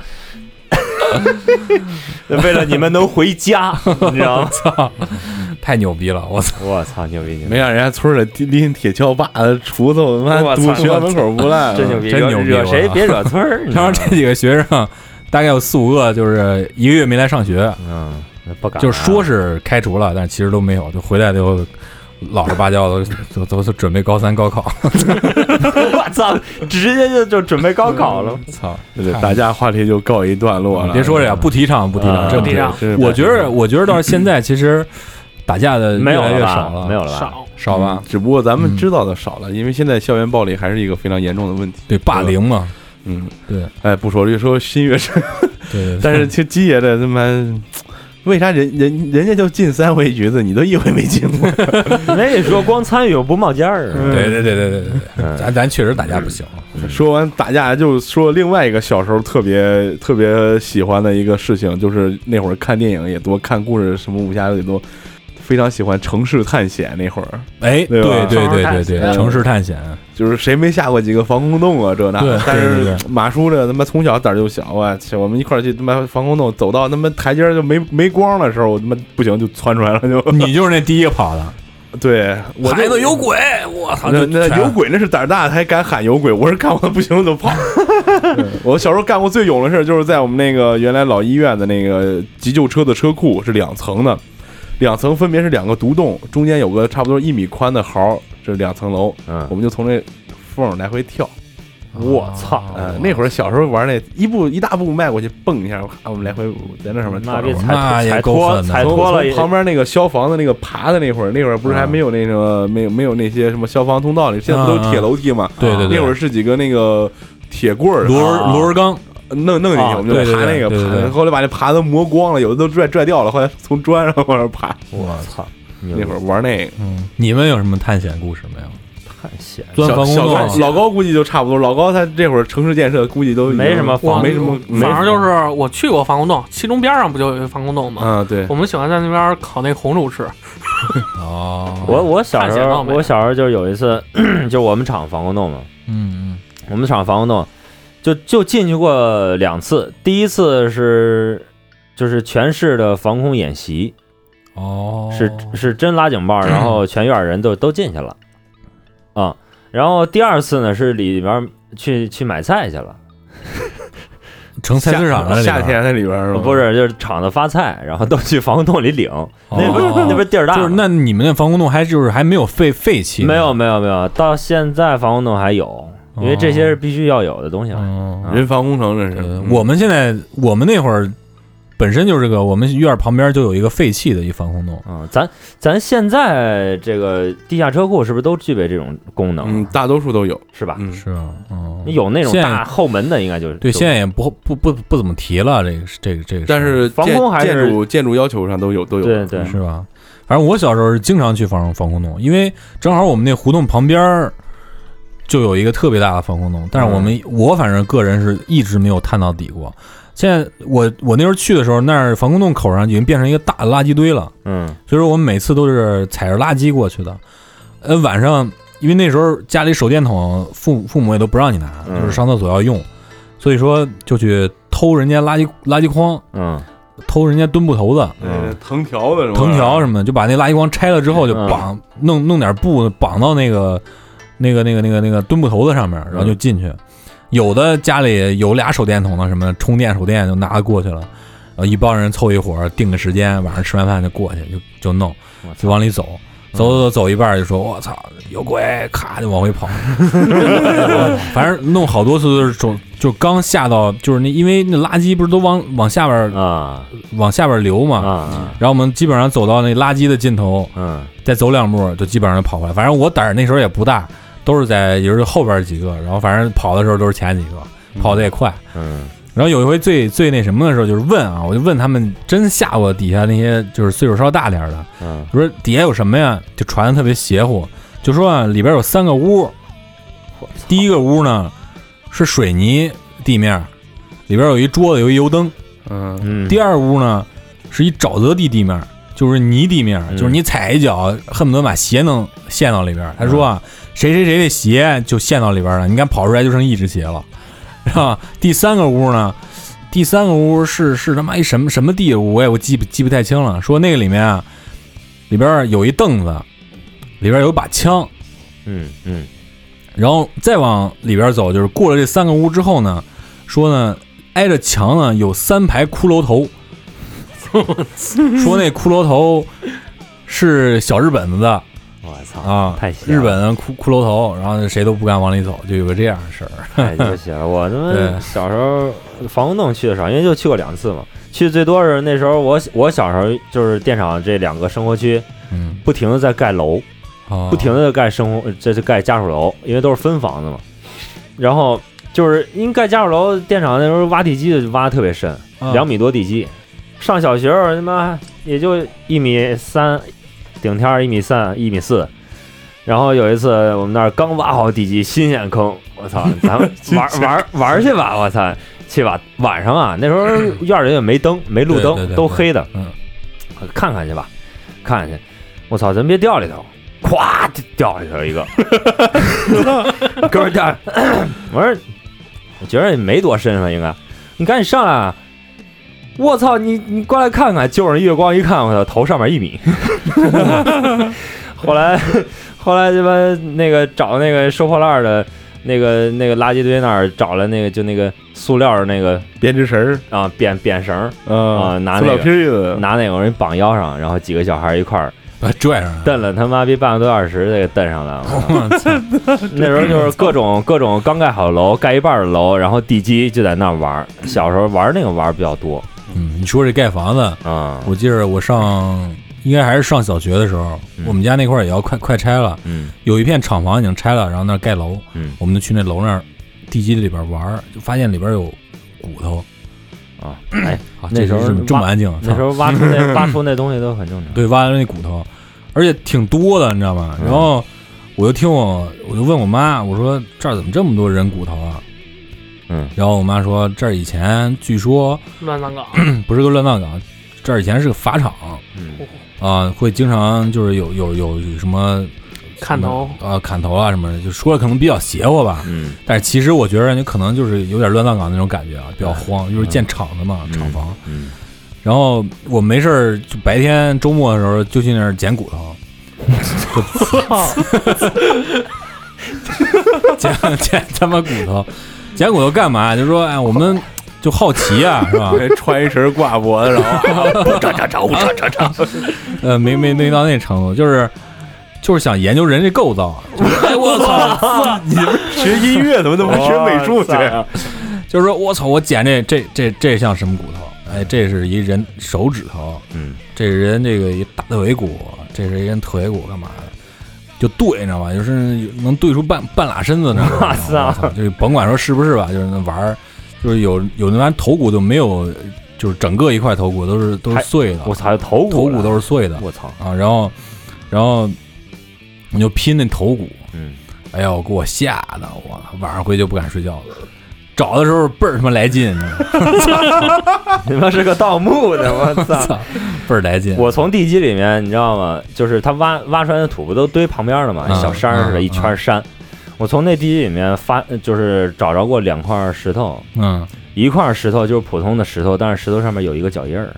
Speaker 2: 为了你们能回 家，你知道吗？
Speaker 4: 操，太牛逼了！我操，
Speaker 2: 我操，牛逼牛逼！
Speaker 3: 没让人家村儿里拎铁锹把子锄头，他妈
Speaker 2: 我操
Speaker 3: 堵学校门口不赖，
Speaker 2: 真牛逼，
Speaker 4: 真
Speaker 2: 惹
Speaker 4: 牛逼
Speaker 2: 惹谁
Speaker 4: 我
Speaker 2: 别惹村儿，你
Speaker 4: 然
Speaker 2: 知道
Speaker 4: 后
Speaker 2: 吗
Speaker 4: 这几个学生大概有四五个，就是一个月没来上学，
Speaker 2: 嗯，那不敢啊，
Speaker 4: 就说是开除了，但其实都没有，就回来就老实巴交的，都都都准备高三高考。
Speaker 2: 我操，直接就就准备高考了。
Speaker 4: 操，
Speaker 3: 对，打架话题就告一段落
Speaker 4: 嗯
Speaker 3: 了。
Speaker 4: 别说这个，不提倡，不提
Speaker 3: 嗯
Speaker 4: 倡，
Speaker 2: 啊
Speaker 4: 真
Speaker 5: 不提倡
Speaker 3: 真是
Speaker 4: 我觉得，我觉得到现在其实打架的
Speaker 2: 没有
Speaker 4: 越来越
Speaker 2: 吧
Speaker 4: 少了，
Speaker 2: 没有了吧？
Speaker 5: 少，
Speaker 4: 少吧
Speaker 3: 嗯？只不过咱们
Speaker 4: 嗯
Speaker 3: 知道的少了，因为现在校园暴力还是一个非常严重的问题。
Speaker 4: 对，霸凌嘛，
Speaker 3: 嗯，
Speaker 4: 对，
Speaker 3: 哎，不说了，越说心越深。
Speaker 4: 对对。对
Speaker 3: 但是其实鸡爷的他妈，为啥人人人家就进三回局子，你都一回没进过？
Speaker 2: 没说光参与不冒尖儿啊，
Speaker 4: 对对对对对对对，
Speaker 2: 嗯
Speaker 4: 咱咱确实打架不行，
Speaker 3: 说完打架，就说另外一个小时候特别特别喜欢的一个事情，就是那会儿看电影也多，看故事什么武侠也多，非常喜欢城市探险。那会儿
Speaker 4: 哎，
Speaker 3: 对
Speaker 4: 对
Speaker 3: 吧
Speaker 4: 对对对
Speaker 5: 嗯
Speaker 4: 对，城市探险，
Speaker 3: 就是谁没下过几个防空洞啊，这那
Speaker 4: 对
Speaker 3: 的。但
Speaker 4: 对
Speaker 3: 是
Speaker 4: 对
Speaker 3: 马叔这他妈从小胆儿就小，我去，我们一块儿去他妈防空洞，走到他妈台阶儿就没没光的时候，我他妈不行就窜出来了，就
Speaker 4: 你就是那第一个跑的，
Speaker 3: 对我
Speaker 4: 孩
Speaker 3: 就
Speaker 4: 子有鬼，我操，
Speaker 3: 那
Speaker 4: 就
Speaker 3: 那
Speaker 4: 全
Speaker 3: 有鬼那是胆儿大的还敢喊有鬼，我是干完不行就跑。我小时候干过最勇的事儿，就是在我们那个原来老医院的那个急救车的车库是两层的，两层分别是两个独栋，中间有个差不多一米宽的壕，这两层楼，我
Speaker 2: 嗯，
Speaker 3: 们就从这缝儿来回跳。
Speaker 2: 我操
Speaker 3: 呃，那会儿小时候玩那一步一大步迈过去，蹦一下，啊我们来回在那上面
Speaker 2: 呃妈
Speaker 3: 跳。
Speaker 2: 这
Speaker 3: 从
Speaker 2: 踩
Speaker 4: 那也
Speaker 2: 踩
Speaker 4: 够
Speaker 2: 脱
Speaker 4: 狠的
Speaker 2: 踩
Speaker 3: 从
Speaker 2: 哎脱了也，
Speaker 3: 旁边那个消防的那个爬的那会儿，那会儿不是还没有那什么，没有没有那些什么消防通道里，现在不都是铁楼梯嘛？
Speaker 4: 嗯对对对，
Speaker 3: 那会儿是几个那个铁棍儿
Speaker 4: 螺儿螺儿钢，
Speaker 3: 弄弄进去，
Speaker 2: 啊
Speaker 3: 我们就爬那
Speaker 4: 对对对
Speaker 3: 个
Speaker 4: 对对
Speaker 3: 爬，
Speaker 4: 对
Speaker 3: 后来把那爬都磨光了，有的都拽拽掉了，后来从砖上往上爬。
Speaker 2: 我操，那
Speaker 3: 那会儿玩那个。
Speaker 4: 嗯，你们有什么探险故事没有？
Speaker 2: 探险
Speaker 4: 钻
Speaker 3: 小
Speaker 4: 防空
Speaker 3: 小高
Speaker 4: 洞，
Speaker 3: 老高估计就差不多，老高他这会儿城市建设估计都已经
Speaker 2: 没什么
Speaker 5: 我嗯
Speaker 2: 防
Speaker 3: 没什么，没
Speaker 5: 反正就是我去过防空洞，七中边上不就有一防空洞吗？
Speaker 3: 啊，对，
Speaker 5: 我们喜欢在那边烤那红薯吃，
Speaker 4: 哦，
Speaker 2: 我我小
Speaker 5: 探
Speaker 2: 时
Speaker 5: 险
Speaker 2: 候
Speaker 5: 到，没
Speaker 2: 我小时候就有一次， 就我们厂防空洞嘛，
Speaker 4: 嗯嗯，
Speaker 2: 我们厂防空洞就就进去过两次，第一次是就是全市的防空演习，
Speaker 4: 哦，
Speaker 2: 是是真拉警报，然后全院人都都进去了，啊、然后第二次呢是里边去去买菜去了，
Speaker 4: 成菜
Speaker 3: 夏
Speaker 4: 市场啊了，
Speaker 3: 夏天在里边
Speaker 4: 哦
Speaker 3: 是吧？
Speaker 2: 不是就是厂子发菜，然后都去防空洞里领，那
Speaker 4: 那
Speaker 2: 边、那边地儿大嘛，
Speaker 4: 哦就是那你们那防空洞还就是还没有废废弃，
Speaker 2: 没有，没有没有，到现在防空洞还有，因为这些是必须要有的东西嘛。
Speaker 4: 嗯，
Speaker 3: 人防工程，这是嗯
Speaker 4: 呃我们现在我们那会儿本身就是个，我们院儿旁边就有一个废弃的一防空洞，
Speaker 2: 嗯，咱咱现在这个地下车库是不是都具备这种功能？
Speaker 3: 嗯，大多数都有，
Speaker 2: 是吧？
Speaker 3: 嗯，
Speaker 4: 是啊，嗯，
Speaker 2: 有那种
Speaker 4: 现在
Speaker 2: 大后门的，应该就是
Speaker 4: 对，
Speaker 2: 就
Speaker 4: 现在也不不不不怎么提了，这个是这个这个事儿，
Speaker 3: 但是
Speaker 2: 防
Speaker 3: 建
Speaker 2: 空还是
Speaker 3: 建筑建筑要求上都有都有，啊
Speaker 2: 对对
Speaker 4: 是吧？反正我小时候是经常去防防空洞，因为正好我们那胡同旁边儿就有一个特别大的防空洞，但是我
Speaker 2: 嗯
Speaker 4: 们、我反正个人是一直没有探到底过。现在我我那时候去的时候，那儿防空洞口上已经变成一个大的垃圾堆了，
Speaker 2: 嗯
Speaker 4: 所以说我们每次都是踩着垃圾过去的。呃，晚上因为那时候家里手电筒，父父母也都不让你拿，
Speaker 2: 嗯
Speaker 4: 就是上厕所要用，所以说就去偷人家垃圾垃圾筐，
Speaker 2: 嗯
Speaker 4: 偷人家墩布头子。
Speaker 3: 呃，藤条的什么
Speaker 4: 藤条什么的，就把那垃圾筐拆了之后，就绑、弄弄点布绑到那个那个那个那个那个墩布头子上面，然后就进去。有的家里有俩手电筒的什么充电手电就拿过去了，然后一帮人凑一伙儿定个时间，晚上吃完饭就过去就就弄
Speaker 2: 我
Speaker 4: 就往里走。走走走走一半儿就说我操有鬼，咔就往回跑，反正弄好多次都是从就刚下到就是那因为那垃圾不是都往往下边儿
Speaker 2: 啊
Speaker 4: 往下边儿流
Speaker 2: 啊
Speaker 4: 嘛，
Speaker 2: 啊
Speaker 4: 然后我们基本上走到那垃圾的尽头，
Speaker 2: 嗯
Speaker 4: 再走两步就基本上就跑回来。反正我胆儿那时候也不大，都是在也是后边几个，然后反正跑的时候都是前几个，跑的也快。
Speaker 2: 嗯
Speaker 4: 然后有一回最最那什么的时候，就是问啊，我就问他们真吓我底下那些就是岁数稍大点儿的，
Speaker 2: 嗯
Speaker 4: 我说底下有什么呀？就传的特别邪乎，就说啊里边有三个屋，第一个屋呢是水泥地面，里边有一桌子有一油灯。
Speaker 3: 嗯
Speaker 2: 嗯，
Speaker 4: 第二屋呢是一沼泽地地面，就是泥地面，
Speaker 2: 嗯
Speaker 4: 就是你踩一脚，恨不得把鞋能陷到里边儿。他说
Speaker 2: 嗯
Speaker 4: 啊，谁谁谁的鞋就陷到里边儿了，你看跑出来就剩一只鞋了， 是吧？第三个屋呢，第三个屋是是他妈一什么什么地屋，我也我记不记不太清了。说那个里面啊，里边儿有一凳子，里边儿有一把枪，
Speaker 2: 嗯嗯
Speaker 4: 然后再往里边走，就是过了这三个屋之后呢，说呢，挨着墙呢有三排骷髅头， 说那骷髅头是小日本子的
Speaker 2: 我操
Speaker 4: 啊，
Speaker 2: 太邪
Speaker 4: 日
Speaker 2: 了
Speaker 4: 本的骷骷髅头，然后谁都不敢往里走，就有个这样的事儿。
Speaker 2: 太热血了！我他妈
Speaker 4: 对
Speaker 2: 小时候防空洞去的少，因为就去过两次嘛。去最多是那时候我我小时候就是电厂这两个生活区
Speaker 4: 嗯，
Speaker 2: 不停的在盖楼，
Speaker 4: 哦
Speaker 2: 不停的在盖生活，这是盖家属楼，因为都是分房子嘛。然后就是因为盖家属楼，电厂那时候挖地基就挖的特别深，
Speaker 4: 啊
Speaker 2: 两米多地基。上小学时候他妈也就一米三，顶天儿一米三一米四。然后有一次我们那儿刚挖好地基，新险坑，我操，咱们玩玩玩去吧，我操，去吧。晚上啊，那时候院里也没灯，没路
Speaker 4: 对对
Speaker 2: 灯，
Speaker 4: 对
Speaker 2: 都黑的。
Speaker 4: 嗯，
Speaker 2: 看看去吧，看看去。我操，咱别掉里头，咵就掉下去了 一个，哥们儿掉下去，我说，我觉得也没多深吧，应该，你赶紧上来啊。我操，你你过来看看，就是月光一看，我操，头上面一米。 后来后来鸡巴那个找那个收破烂的。那个那个垃圾堆那儿找了那个就那个塑料的那个
Speaker 3: 编织绳儿
Speaker 2: 啊扁扁绳儿
Speaker 3: 啊
Speaker 2: 啊拿
Speaker 3: 塑料
Speaker 2: 那个
Speaker 3: 皮儿的，
Speaker 2: 拿那个往人绑腰上，然后几个小孩一 块儿
Speaker 4: 把啊拽上 来。
Speaker 2: 蹬了他妈逼半个多小时，这个蹬上来了。 我操
Speaker 4: 我操
Speaker 2: 那时候就是各种各种刚盖好的楼，盖一半的楼，然后地基就在那儿玩儿。小时候玩那个玩儿比较多
Speaker 4: 嗯，你说这盖房子，
Speaker 2: 啊，
Speaker 4: 我记着我上应该还是上小学的时候，
Speaker 2: 嗯
Speaker 4: 我们家那块儿也要快快拆了，
Speaker 2: 嗯
Speaker 4: 有一片厂房已经拆了，然后那儿盖楼，
Speaker 2: 嗯
Speaker 4: 我们就去那楼那儿地基里边玩儿，就发现里边有骨头。
Speaker 2: 啊，哎，
Speaker 4: 啊
Speaker 2: 那时候
Speaker 4: 这么这么安静啊，
Speaker 2: 那时
Speaker 4: 操
Speaker 2: 候挖出 那挖出那东西都很正常。
Speaker 4: 对挖了那骨头，而且挺多的，你知道吗？
Speaker 2: 嗯
Speaker 4: 然后我就听我我就问我妈，我说这儿怎么这么多人骨头啊？
Speaker 2: 嗯，
Speaker 4: 然后我妈说这儿以前据说
Speaker 5: 乱葬岗，
Speaker 4: 不是个乱葬岗，这儿以前是个法场
Speaker 2: 嗯
Speaker 4: 啊，会经常就是有有有有什么
Speaker 5: 看头，
Speaker 4: 啊砍头啊什么的，就说的可能比较邪乎吧。
Speaker 2: 嗯
Speaker 4: 但是其实我觉得你可能就是有点乱葬岗那种感觉啊，比较慌，就是
Speaker 2: 嗯
Speaker 4: 建厂子嘛，
Speaker 2: 嗯
Speaker 4: 厂房。
Speaker 2: 嗯，
Speaker 4: 然后我没事儿，就白天周末的时候就去那儿捡骨 头，捡 捡他妈骨头，捡骨头干嘛？就说哎，我们就好奇啊，是吧？
Speaker 3: 穿一绳儿挂脖子，然啊 后扎扎扎扎扎扎，
Speaker 4: 呃，没没没到那程度，就是就是想研究人这构造。就是哎，我操！
Speaker 3: 你们学音乐怎么他妈学美术去啊？
Speaker 4: 就是说我操，我捡这这这这像什么骨头？哎，这是一人手指头，
Speaker 2: 嗯，
Speaker 4: 这是人这个一大腿骨，这是一人腿骨，干嘛的？就对，你知道吧？就是能对出半半拉身子那种。
Speaker 2: 哇塞
Speaker 4: 我操！就是甭管说是不是吧，就是那玩儿，就是有有那玩意儿头骨就没有，就是整个一块头骨都是都是
Speaker 2: 还
Speaker 4: 碎的，
Speaker 2: 我操，头
Speaker 4: 头
Speaker 2: 骨
Speaker 4: 骨都
Speaker 2: 是
Speaker 4: 是碎的
Speaker 2: 我操，
Speaker 4: 啊。然后，然后你就拼那头骨，
Speaker 2: 嗯
Speaker 4: 哎呦，给我吓得我晚上回去就不敢睡觉了。找的时候倍儿他妈来劲，你知道吗
Speaker 2: 你妈是个盗墓 的，我操！
Speaker 4: 操，倍儿来劲。
Speaker 2: 我从地基里面，你知道吗？就是他挖挖出来的土不都堆旁边了吗？
Speaker 4: 嗯
Speaker 2: 小山似的，
Speaker 4: 嗯
Speaker 2: 一圈山。我从那地基里面发，就是找着过两块石头，
Speaker 4: 嗯，
Speaker 2: 一块石头就是普通的石头，但是石头上面有一个脚印儿。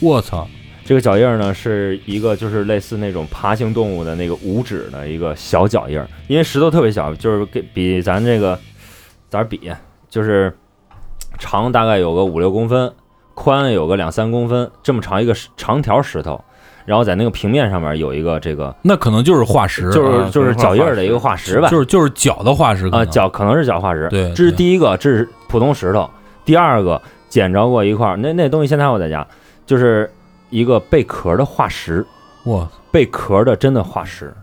Speaker 4: 我操，
Speaker 2: 这个脚印儿呢，是一个就是类似那种爬行动物的那个五指的一个小脚印儿，因为石头特别小，就是给比咱这个咋比，就是长大概有个五六公分，宽有个两三公分，这么长一个石长条石头。然后在那个平面上面有一个这个，
Speaker 4: 那可能就是化石，
Speaker 2: 就是就是
Speaker 3: 可能
Speaker 2: 脚
Speaker 3: 化
Speaker 2: 印儿的
Speaker 3: 石
Speaker 2: 一个化石吧，
Speaker 4: 就是就是脚的化石可
Speaker 2: 啊，
Speaker 4: 能
Speaker 2: 脚可能是脚化石。
Speaker 4: 对
Speaker 2: 这是
Speaker 4: 对
Speaker 2: 第一个，这是普通石头。第二个捡着过一块儿，那那东西现在还有在家，就是一个贝壳的化石，
Speaker 4: 哇，
Speaker 2: 贝壳的真的化石。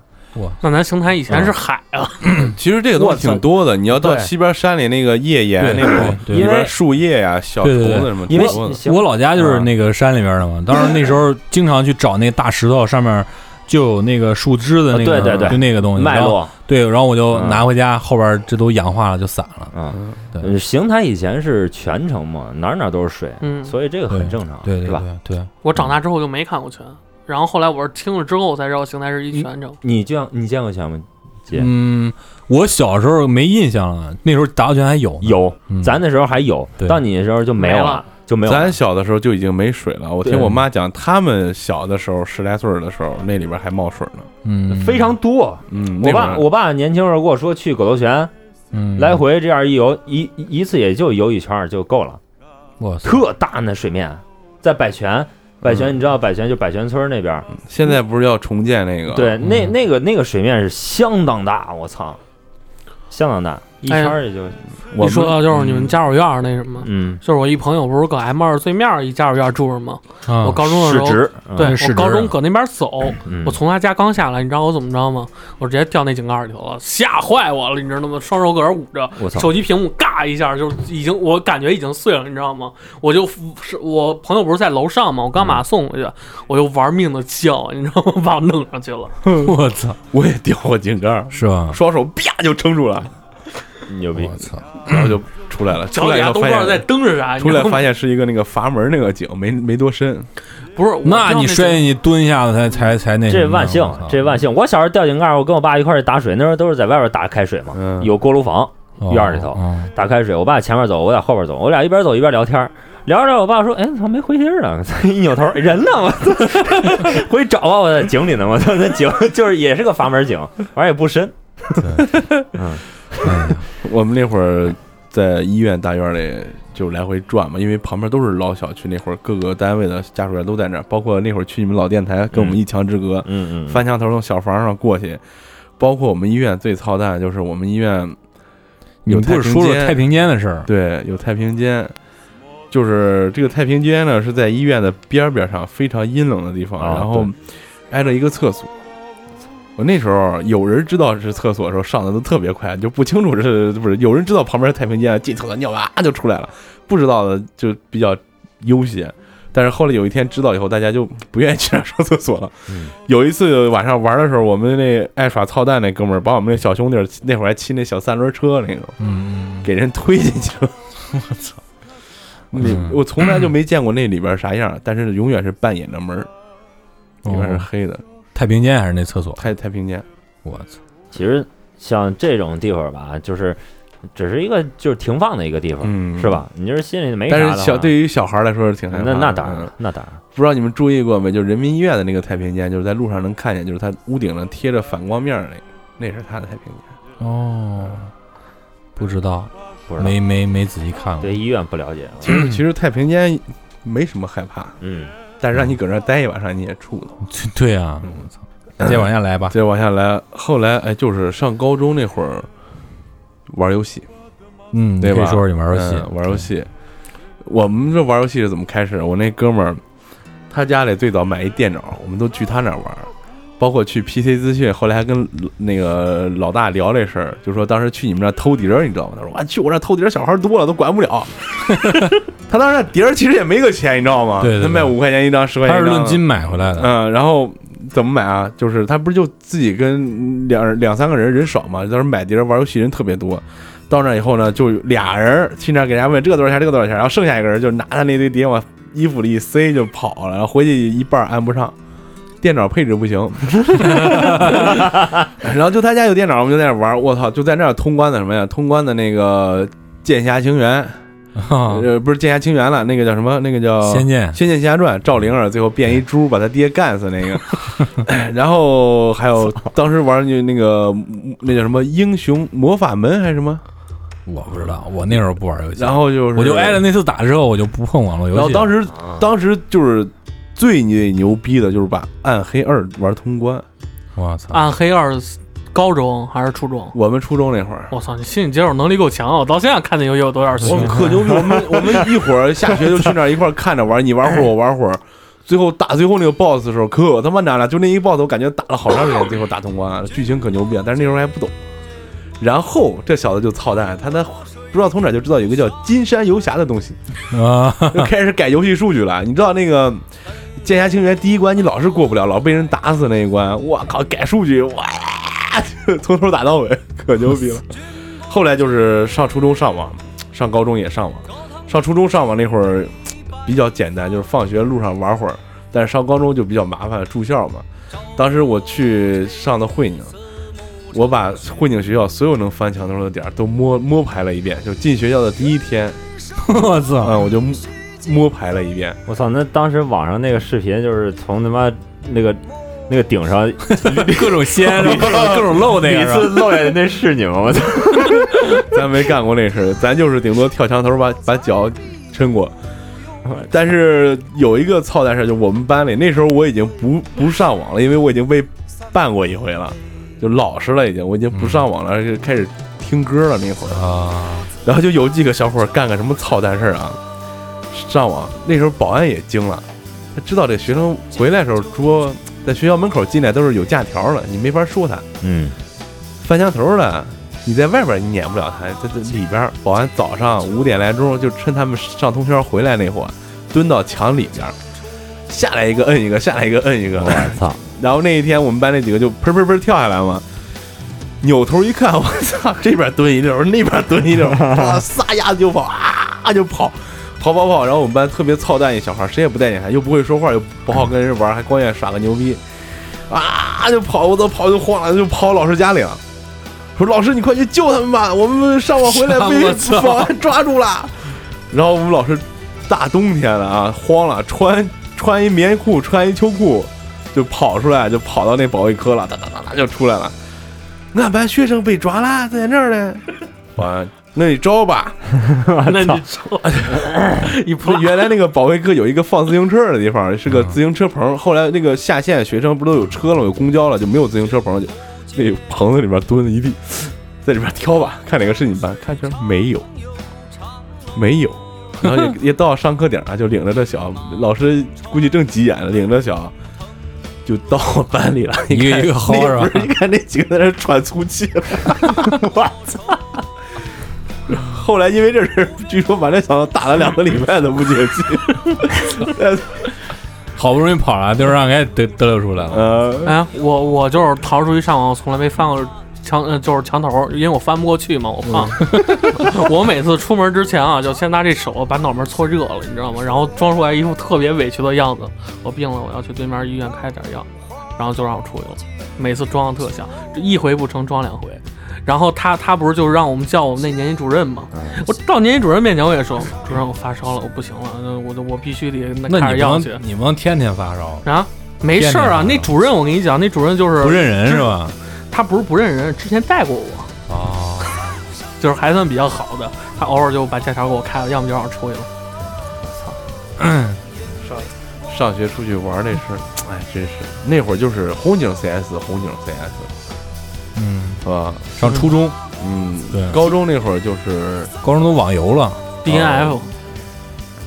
Speaker 5: 那咱邢台以前是海啊，
Speaker 3: 其实这个东
Speaker 2: 我
Speaker 3: 西
Speaker 2: 操
Speaker 3: 挺多的，你要到
Speaker 4: 对
Speaker 3: 西边山里那个页岩那种，
Speaker 4: 对
Speaker 2: 因
Speaker 3: 里
Speaker 2: 为
Speaker 4: 对。
Speaker 3: 边树叶呀、小虫
Speaker 4: 对对
Speaker 3: 子
Speaker 4: 对
Speaker 3: 什么，
Speaker 2: 因为
Speaker 3: 挺多的
Speaker 2: 行
Speaker 4: 我老家就是那个山里边的嘛，当时那时候经常去找那大石头，上面就有那个树枝的那个，
Speaker 2: 啊对对对
Speaker 4: 就那个东西
Speaker 2: 脉
Speaker 4: 然后
Speaker 2: 络，
Speaker 4: 对，然后我就
Speaker 2: 嗯
Speaker 4: 拿回家，后边这都氧化了，就散了。
Speaker 2: 嗯，
Speaker 4: 对
Speaker 2: 呃邢台以前是全城嘛，哪儿哪儿都是水，
Speaker 5: 嗯，
Speaker 2: 所以这个很正常，
Speaker 4: 对对
Speaker 2: 吧？
Speaker 4: 对对，
Speaker 5: 我长大之后就没看过拳，然后后来我是听了之后我才知道邢台是一拳城。
Speaker 2: 你见你见过钱吗？姐
Speaker 4: 嗯，我小时候没印象了，那时候打火拳还有呢，
Speaker 2: 有，
Speaker 4: 嗯
Speaker 2: 咱那时候还有，
Speaker 4: 对
Speaker 2: 到你的时候就没有
Speaker 5: 没
Speaker 2: 了
Speaker 5: 了，
Speaker 2: 就没有了
Speaker 3: 咱。小的时候就已经没水了，我听我妈讲，他们小的时候十来岁儿的时候，那里边还冒水呢。
Speaker 4: 嗯
Speaker 2: 非常多，
Speaker 3: 嗯，那
Speaker 2: 我
Speaker 3: 会
Speaker 2: 爸
Speaker 3: 儿
Speaker 2: 我爸年轻时候跟我说去狗头泉
Speaker 4: 嗯
Speaker 2: 来回这样一游一一一次也就游一圈儿就够了，
Speaker 4: 哇塞
Speaker 2: 特大那水面，在百泉，百
Speaker 4: 嗯
Speaker 2: 泉你知道百泉就百泉村那边儿，
Speaker 3: 现在不是要重建那个？，
Speaker 2: 对，那
Speaker 4: 嗯
Speaker 2: 那个那个水面是相当大，我操，相当大，一圈儿也就
Speaker 3: 我
Speaker 5: 你说
Speaker 3: 们
Speaker 5: 到就是你们家属院儿那什么，
Speaker 2: 嗯，
Speaker 5: 就是我一朋友不是搁 M 二对面儿一家属院儿住着吗？
Speaker 4: 啊
Speaker 5: 我高中的时
Speaker 2: 市
Speaker 5: 候，
Speaker 2: 值，
Speaker 3: 啊
Speaker 5: 对
Speaker 4: 嗯市
Speaker 5: 我高
Speaker 4: 值
Speaker 5: 中搁那边走，
Speaker 2: 嗯，
Speaker 5: 我从他家刚下来，你知道我怎么着吗？我直接掉那井盖里头了，吓坏我了，你知道吗？双手搁这儿捂着，
Speaker 2: 我操，
Speaker 5: 手机屏幕嘎一下就是已经，我感觉已经碎了，你知道吗？我就是我朋友不是在楼上吗？我刚
Speaker 3: 嗯
Speaker 5: 把他送回去，我就玩命的叫，你知道吗？ 把我弄上去了。
Speaker 4: 我操，
Speaker 3: 我也掉过井盖儿，
Speaker 4: 是吧？
Speaker 3: 双手啪就撑住了，
Speaker 2: 牛逼
Speaker 4: 我，操，
Speaker 3: 然后就出来了。出
Speaker 5: 脚
Speaker 3: 来
Speaker 5: 底
Speaker 3: 以
Speaker 5: 下
Speaker 3: 后
Speaker 5: 都不知道
Speaker 3: 发
Speaker 5: 在
Speaker 3: 现，
Speaker 5: 蹬着啥，你
Speaker 3: 出
Speaker 5: 知
Speaker 3: 来
Speaker 5: 道吗？
Speaker 3: 发现是一个那个阀门那个井，没没多深。
Speaker 5: 不是，我
Speaker 4: 那
Speaker 5: 知道
Speaker 4: 你
Speaker 5: 井
Speaker 4: 摔进去蹲下了才才才那
Speaker 2: 这
Speaker 4: 什么
Speaker 2: 万幸
Speaker 4: 我操，
Speaker 2: 这万幸，我小时候掉井盖儿，我跟我爸一块儿去打水，那时候都是在外边打开水嘛，
Speaker 3: 嗯，
Speaker 2: 有锅炉房，
Speaker 4: 哦
Speaker 2: 院儿里头
Speaker 4: 哦
Speaker 2: 打开水，我爸前面走，我在后边走，我俩一边走一边聊天儿。聊着聊着，我爸说：“哎，怎么没回信儿呢？” 一扭头，人呢？我操！ 回去找啊！我在井里呢。我操，那井 就是也是个阀门井，玩意儿也不深。
Speaker 4: 哎呀
Speaker 3: 我们那会儿在医院大院里就来回转嘛，因为旁边都是老小区，那会儿各个单位的家属院都在那儿，包括那会儿去你们老电台跟我们一墙之隔，
Speaker 2: 嗯
Speaker 3: 翻墙头从小房上过去。包括我们医院最操蛋的就是我们医院
Speaker 4: 你
Speaker 3: 有
Speaker 4: 们不是
Speaker 3: 太平
Speaker 4: 说说
Speaker 3: 间
Speaker 4: 太平间的事儿？
Speaker 3: 对有太平间，就是这个太平间呢是在医院的边儿边上非常阴冷的地方，
Speaker 2: 啊
Speaker 3: 然后挨着一个厕所。我那时候有人知道是厕所的时候上的都特别快，就不清楚这是不是有人知道旁边是太平间进厕所尿啊就出来了，不知道的就比较悠闲。但是后来有一天知道以后，大家就不愿意去那儿上厕所了。
Speaker 2: 嗯
Speaker 3: 有一次晚上玩的时候，我们那爱耍操蛋那哥们儿把我们那小兄弟儿那会儿还骑那小三轮车那种，
Speaker 4: 嗯，嗯
Speaker 3: 给人推进去了。我操！
Speaker 4: 嗯
Speaker 3: 那我从来就没见过那里边啥样，但是永远是半掩着门儿，里边是
Speaker 4: 哦
Speaker 3: 黑的，
Speaker 4: 太平间还是那厕所？
Speaker 3: 太太平间。
Speaker 4: 我操，
Speaker 2: 其实像这种地方吧，就是只是一个就是停放的一个地方，
Speaker 3: 嗯
Speaker 2: 是吧？你就是心里没啥
Speaker 3: 但
Speaker 2: 的
Speaker 3: 是
Speaker 2: 话。
Speaker 3: 小对于小孩儿来说是挺害怕
Speaker 2: 那
Speaker 3: 的。
Speaker 2: 那当然
Speaker 3: 嗯
Speaker 2: 了，那当然了。
Speaker 3: 不知道你们注意过没？就人民医院的那个太平间，就是在路上能看见，就是它屋顶上贴着反光面儿那个，那是它的太平
Speaker 2: 嗯
Speaker 3: 间。
Speaker 4: 哦，不知道，
Speaker 2: 不知道
Speaker 4: 没没没仔细看过。
Speaker 2: 对医院不了解。
Speaker 3: 其实其实太平间没什么害怕，
Speaker 2: 嗯，
Speaker 3: 但是让你搁那儿待一晚上你也怵了。
Speaker 4: 对啊，
Speaker 2: 嗯
Speaker 4: 我操，再往下来吧。
Speaker 3: 再往下来，后来哎，就是上高中那会儿玩游戏，
Speaker 4: 嗯，你
Speaker 3: 对
Speaker 4: 可
Speaker 3: 吧？
Speaker 4: 以说说你玩游戏
Speaker 3: 嗯，玩游。戏。我们这玩游戏是怎么开始的？我那哥们儿，他家里最早买一电脑，我们都去他那儿玩儿，包括去 PC 资讯，后来还跟那个老大聊这事儿，就说当时去你们那儿偷碟儿，你知道吗？他说啊我去我这儿偷碟儿，小孩儿多了都管不了。 他当时那碟儿其实也没个钱，你知道吗？
Speaker 4: 对对对
Speaker 3: 他卖五块钱一张，十块
Speaker 4: 他
Speaker 3: 钱
Speaker 4: 是
Speaker 3: 一张。
Speaker 4: 论斤买回来的。
Speaker 3: 嗯，然后怎么买啊？就是他不是就自己跟两两三个人人少嘛，当时买碟儿玩游戏人特别多。到那以后呢，就俩人去那儿给人家问这个多少钱，这个多少钱，然后剩下一个人就拿他那堆碟往衣服里一塞就跑了，然后回去一半儿按不上，电脑配置不行。 然后就他家有电脑，我们就在那玩儿，我操，就在那儿通关的什么呀？通关的那个剑侠情缘，
Speaker 2: 嗯
Speaker 4: 啊
Speaker 3: 呃，不是剑侠情缘了，那个叫什么？那个叫
Speaker 4: 仙剑
Speaker 3: 《仙剑奇侠传》，赵灵儿最后变一猪把他爹干死那个， 然后还 有当时玩那那个那叫什么英雄魔法门还是什么，
Speaker 4: 我不知道，我那时候不玩游戏，
Speaker 3: 然后就是
Speaker 4: 我就挨了那次打之后，我就不碰网络游戏
Speaker 3: 然
Speaker 4: 了。
Speaker 3: 后当时
Speaker 2: 啊
Speaker 3: 当时就是最牛逼的就是把《暗黑二》玩通关。
Speaker 4: 我
Speaker 2: 啊
Speaker 4: 操，
Speaker 5: 暗黑二高中还是初中？
Speaker 3: 我们初中那会儿，
Speaker 5: 我操，你心理接受能力够强啊，我到现在看那游戏我都有点
Speaker 3: 我
Speaker 5: 虚
Speaker 3: 们。可牛逼！我们我们一会儿下学就去那儿一块儿看着玩，你玩会儿我玩会儿。最后打最后那个 boss 的时候，可他妈难了，就那一 boss 我感觉打了好长时间，最后打通关，剧情可牛逼了，但是那时候还不懂。然后这小子就操蛋，他他不知道从哪儿就知道有一个叫金山游侠的东西，
Speaker 4: 啊，
Speaker 3: 就开始改游戏数据了。你知道那个剑侠情缘第一关你老是过不了，老被人打死那一关，我靠，改数据，哇， 就从头打到尾，可牛逼了。后来就是上初中上网，上高中也上网，上初中上网那会儿比较简单，就是放学路上玩会儿，但是上高中就比较麻烦，住校嘛。当时我去上的会宁。我把会宁学校所有能翻墙头的点儿都摸摸排了一遍，就进学校的第一天，
Speaker 4: 我操，
Speaker 3: 啊，我就摸摸排了一遍，
Speaker 2: 我操！那当时网上那个视频就是从他妈那个那个顶上
Speaker 4: 各种 掀，各 种各种漏那
Speaker 2: 每
Speaker 4: 个是
Speaker 2: 次
Speaker 4: 吧，
Speaker 2: 露下来，那是你吗？我操！
Speaker 3: 咱没干过那事儿，咱就是顶多跳墙头把把脚抻过。
Speaker 4: 哎
Speaker 3: 但是有一个操蛋事儿，就我们班里那时候我已经不不上网了，因为我已经被办过一回了，就老实了已经，我已经不上网了，
Speaker 4: 嗯
Speaker 3: 而且开始听歌了那会儿。
Speaker 4: 啊，
Speaker 3: 然后就有几个小伙儿干个什么操蛋事儿啊，上网那时候保安也惊了，他知道这学生回来的时候说在学校门口进来都是有假条了，你没法说他。
Speaker 2: 嗯，
Speaker 3: 翻墙头的，你在外边你撵不了他，在这里边儿保安早上五点来钟就趁他们上通宵回来那会儿，蹲到墙里边儿，下来一个摁一个，下来一个摁一个。
Speaker 2: 我操！
Speaker 3: 然后那一天我们班那几个就砰砰砰跳下来嘛，扭头一看，我 操，这边蹲一溜儿，那边蹲一 溜儿，哇撒丫子就跑啊就跑。跑跑跑！然后我们班特别操蛋一小孩儿，谁也不待见他，又不会说话，又不好跟人玩儿，还光愿意耍个牛逼，啊就跑，我都跑就慌了，就跑老师家里了。说老师，你快去救他们吧，我们上网回来被
Speaker 4: 我操
Speaker 3: 保安抓住了。然后我们老师大冬天的啊，慌了，穿穿一棉裤，穿一秋裤，就跑出来，就跑到那保卫科了，哒哒哒哒就出来了。俺班学生被抓啦，在那儿呢。保安，那你招吧。
Speaker 5: 那你说，一扑
Speaker 3: 那原来那个保卫科有一个放自行车的地方，是个自行车棚。后来那个下线学生不都有车了，有公交了，就没有自行车棚了，就那棚子里边蹲了一地，在里边挑吧，看哪个是你班，看圈没有，没有。然后也也到上课点儿了，就领着这小老师，估计正急眼了，领着小就到我班里了，
Speaker 4: 一个一个薅是吧
Speaker 3: 不是，你看那几个在那喘粗气了， 我操！后来因为这事儿，据说把这小子打了两个礼拜都不解气。 呃
Speaker 4: 好不容易跑了，就是让给得得溜出来了，
Speaker 3: 呃，
Speaker 5: 哎，我我就是逃出去上网，我从来没翻过墙，呃，就是墙头，因为我翻不过去嘛，我
Speaker 4: 嗯
Speaker 5: 胖。 我每次出门之前啊，就先拿这手把脑门搓热了，你知道吗？然后装出来一副特别委屈的样子，我病了，我要去对面医院开点药，然后就让我出去了。每次装的特像，这一回不成装两回。然后他他不是就让我们叫我们那年级主任吗？
Speaker 4: 嗯
Speaker 5: 我到年级主任面前我也说，主任我发烧了，我不行了，那我就我必须得那
Speaker 4: 那
Speaker 5: 开点
Speaker 4: 你不
Speaker 5: 药去
Speaker 4: 能你不能天天发烧，
Speaker 5: 啊。没事儿啊，
Speaker 4: 天天
Speaker 5: 那主任我跟你讲，那主任就是
Speaker 4: 不认人是吧？
Speaker 5: 他不是不认人，之前带过我，
Speaker 4: 哦，
Speaker 5: 就是还算比较好的。他偶尔就把假条给我开了，要么就让我出去了。
Speaker 3: 上学出去玩那事儿，哎，真是那会儿就是红警 CS，红警 CS
Speaker 4: 嗯，
Speaker 3: 是吧？
Speaker 4: 上初中
Speaker 3: 嗯，
Speaker 4: 对
Speaker 3: 高中那会儿就是，
Speaker 4: 高中都网游了，
Speaker 5: D N F
Speaker 3: 哦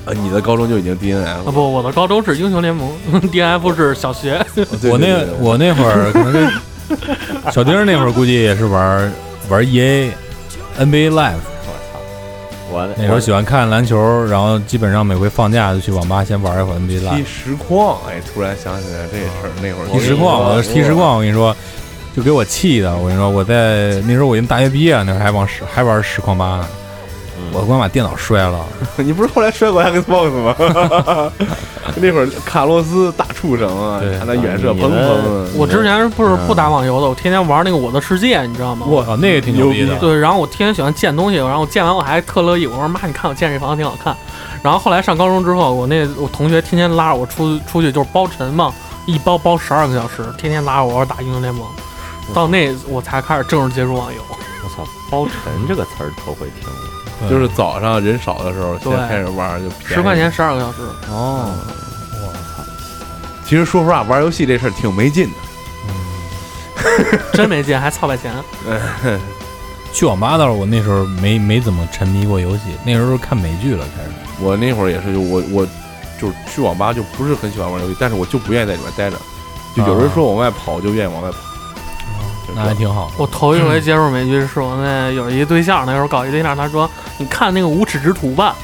Speaker 3: 呃，你的高中就已经 DNF
Speaker 5: 啊
Speaker 3: 了。
Speaker 5: 不，我的高中是英雄联盟，D N F 是小学。
Speaker 3: 对
Speaker 4: 我那
Speaker 3: 对对对
Speaker 4: 我那会 儿可能跟小丁儿那会儿估计也是玩玩 E A NBA Live，
Speaker 2: 我
Speaker 4: 那时候喜欢看篮球，然后基本上每回放假就去网吧先玩一会儿 NBA
Speaker 3: 踢
Speaker 4: Live。
Speaker 3: 实况，哎，突然想起来这事儿，那会儿
Speaker 4: 踢实况，我踢实，况，我跟你说，就给我气的。我跟你说，我在那时候我已经大学毕业了，那时候还往实还玩实况吧呢，我光把电脑摔了。
Speaker 3: 你不是后来摔过 Xbox 吗？ 那会儿卡洛斯大畜生啊
Speaker 4: 对，
Speaker 3: 他那远射
Speaker 2: 你
Speaker 3: 砰
Speaker 2: 们
Speaker 3: 砰，
Speaker 5: 我之前不是
Speaker 4: 嗯
Speaker 5: 不打网游的，我天天玩那个《我的世界》，你知道吗？
Speaker 4: 我靠，哦那个挺牛逼的。
Speaker 5: 对，然后我天天喜欢建东西，然后我建完我还特乐意，我说妈，你看我建这房子挺好看。然后后来上高中之后，我那我同学天天拉着我出出去就是包晨嘛，一包包十二个小时，天天拉着我玩打英雄联盟。到那我才开始正式接触网游。
Speaker 2: 我操，包晨这个词儿头回听过。
Speaker 4: 对
Speaker 3: 就是早上人少的时候，
Speaker 5: 对
Speaker 3: 先开始玩儿就便宜
Speaker 5: 十块钱十二个小时，
Speaker 2: 哦，
Speaker 3: 其实说实话，玩游戏这事儿挺没劲的。
Speaker 5: 真没劲，还操败钱。
Speaker 4: 去网吧倒是我那时候没没怎么沉迷过游戏，那时候看美剧了开始。
Speaker 3: 我那会儿也是，就我我就是去网吧就不是很喜欢玩游戏，但是我就不愿意在里面待着。就有人说往外跑，我就愿意往外跑。
Speaker 4: 那还挺好的。
Speaker 5: 我头一回接触美剧是我那有一对象，那时候搞一对象，他说你看那个《无耻之徒》吧，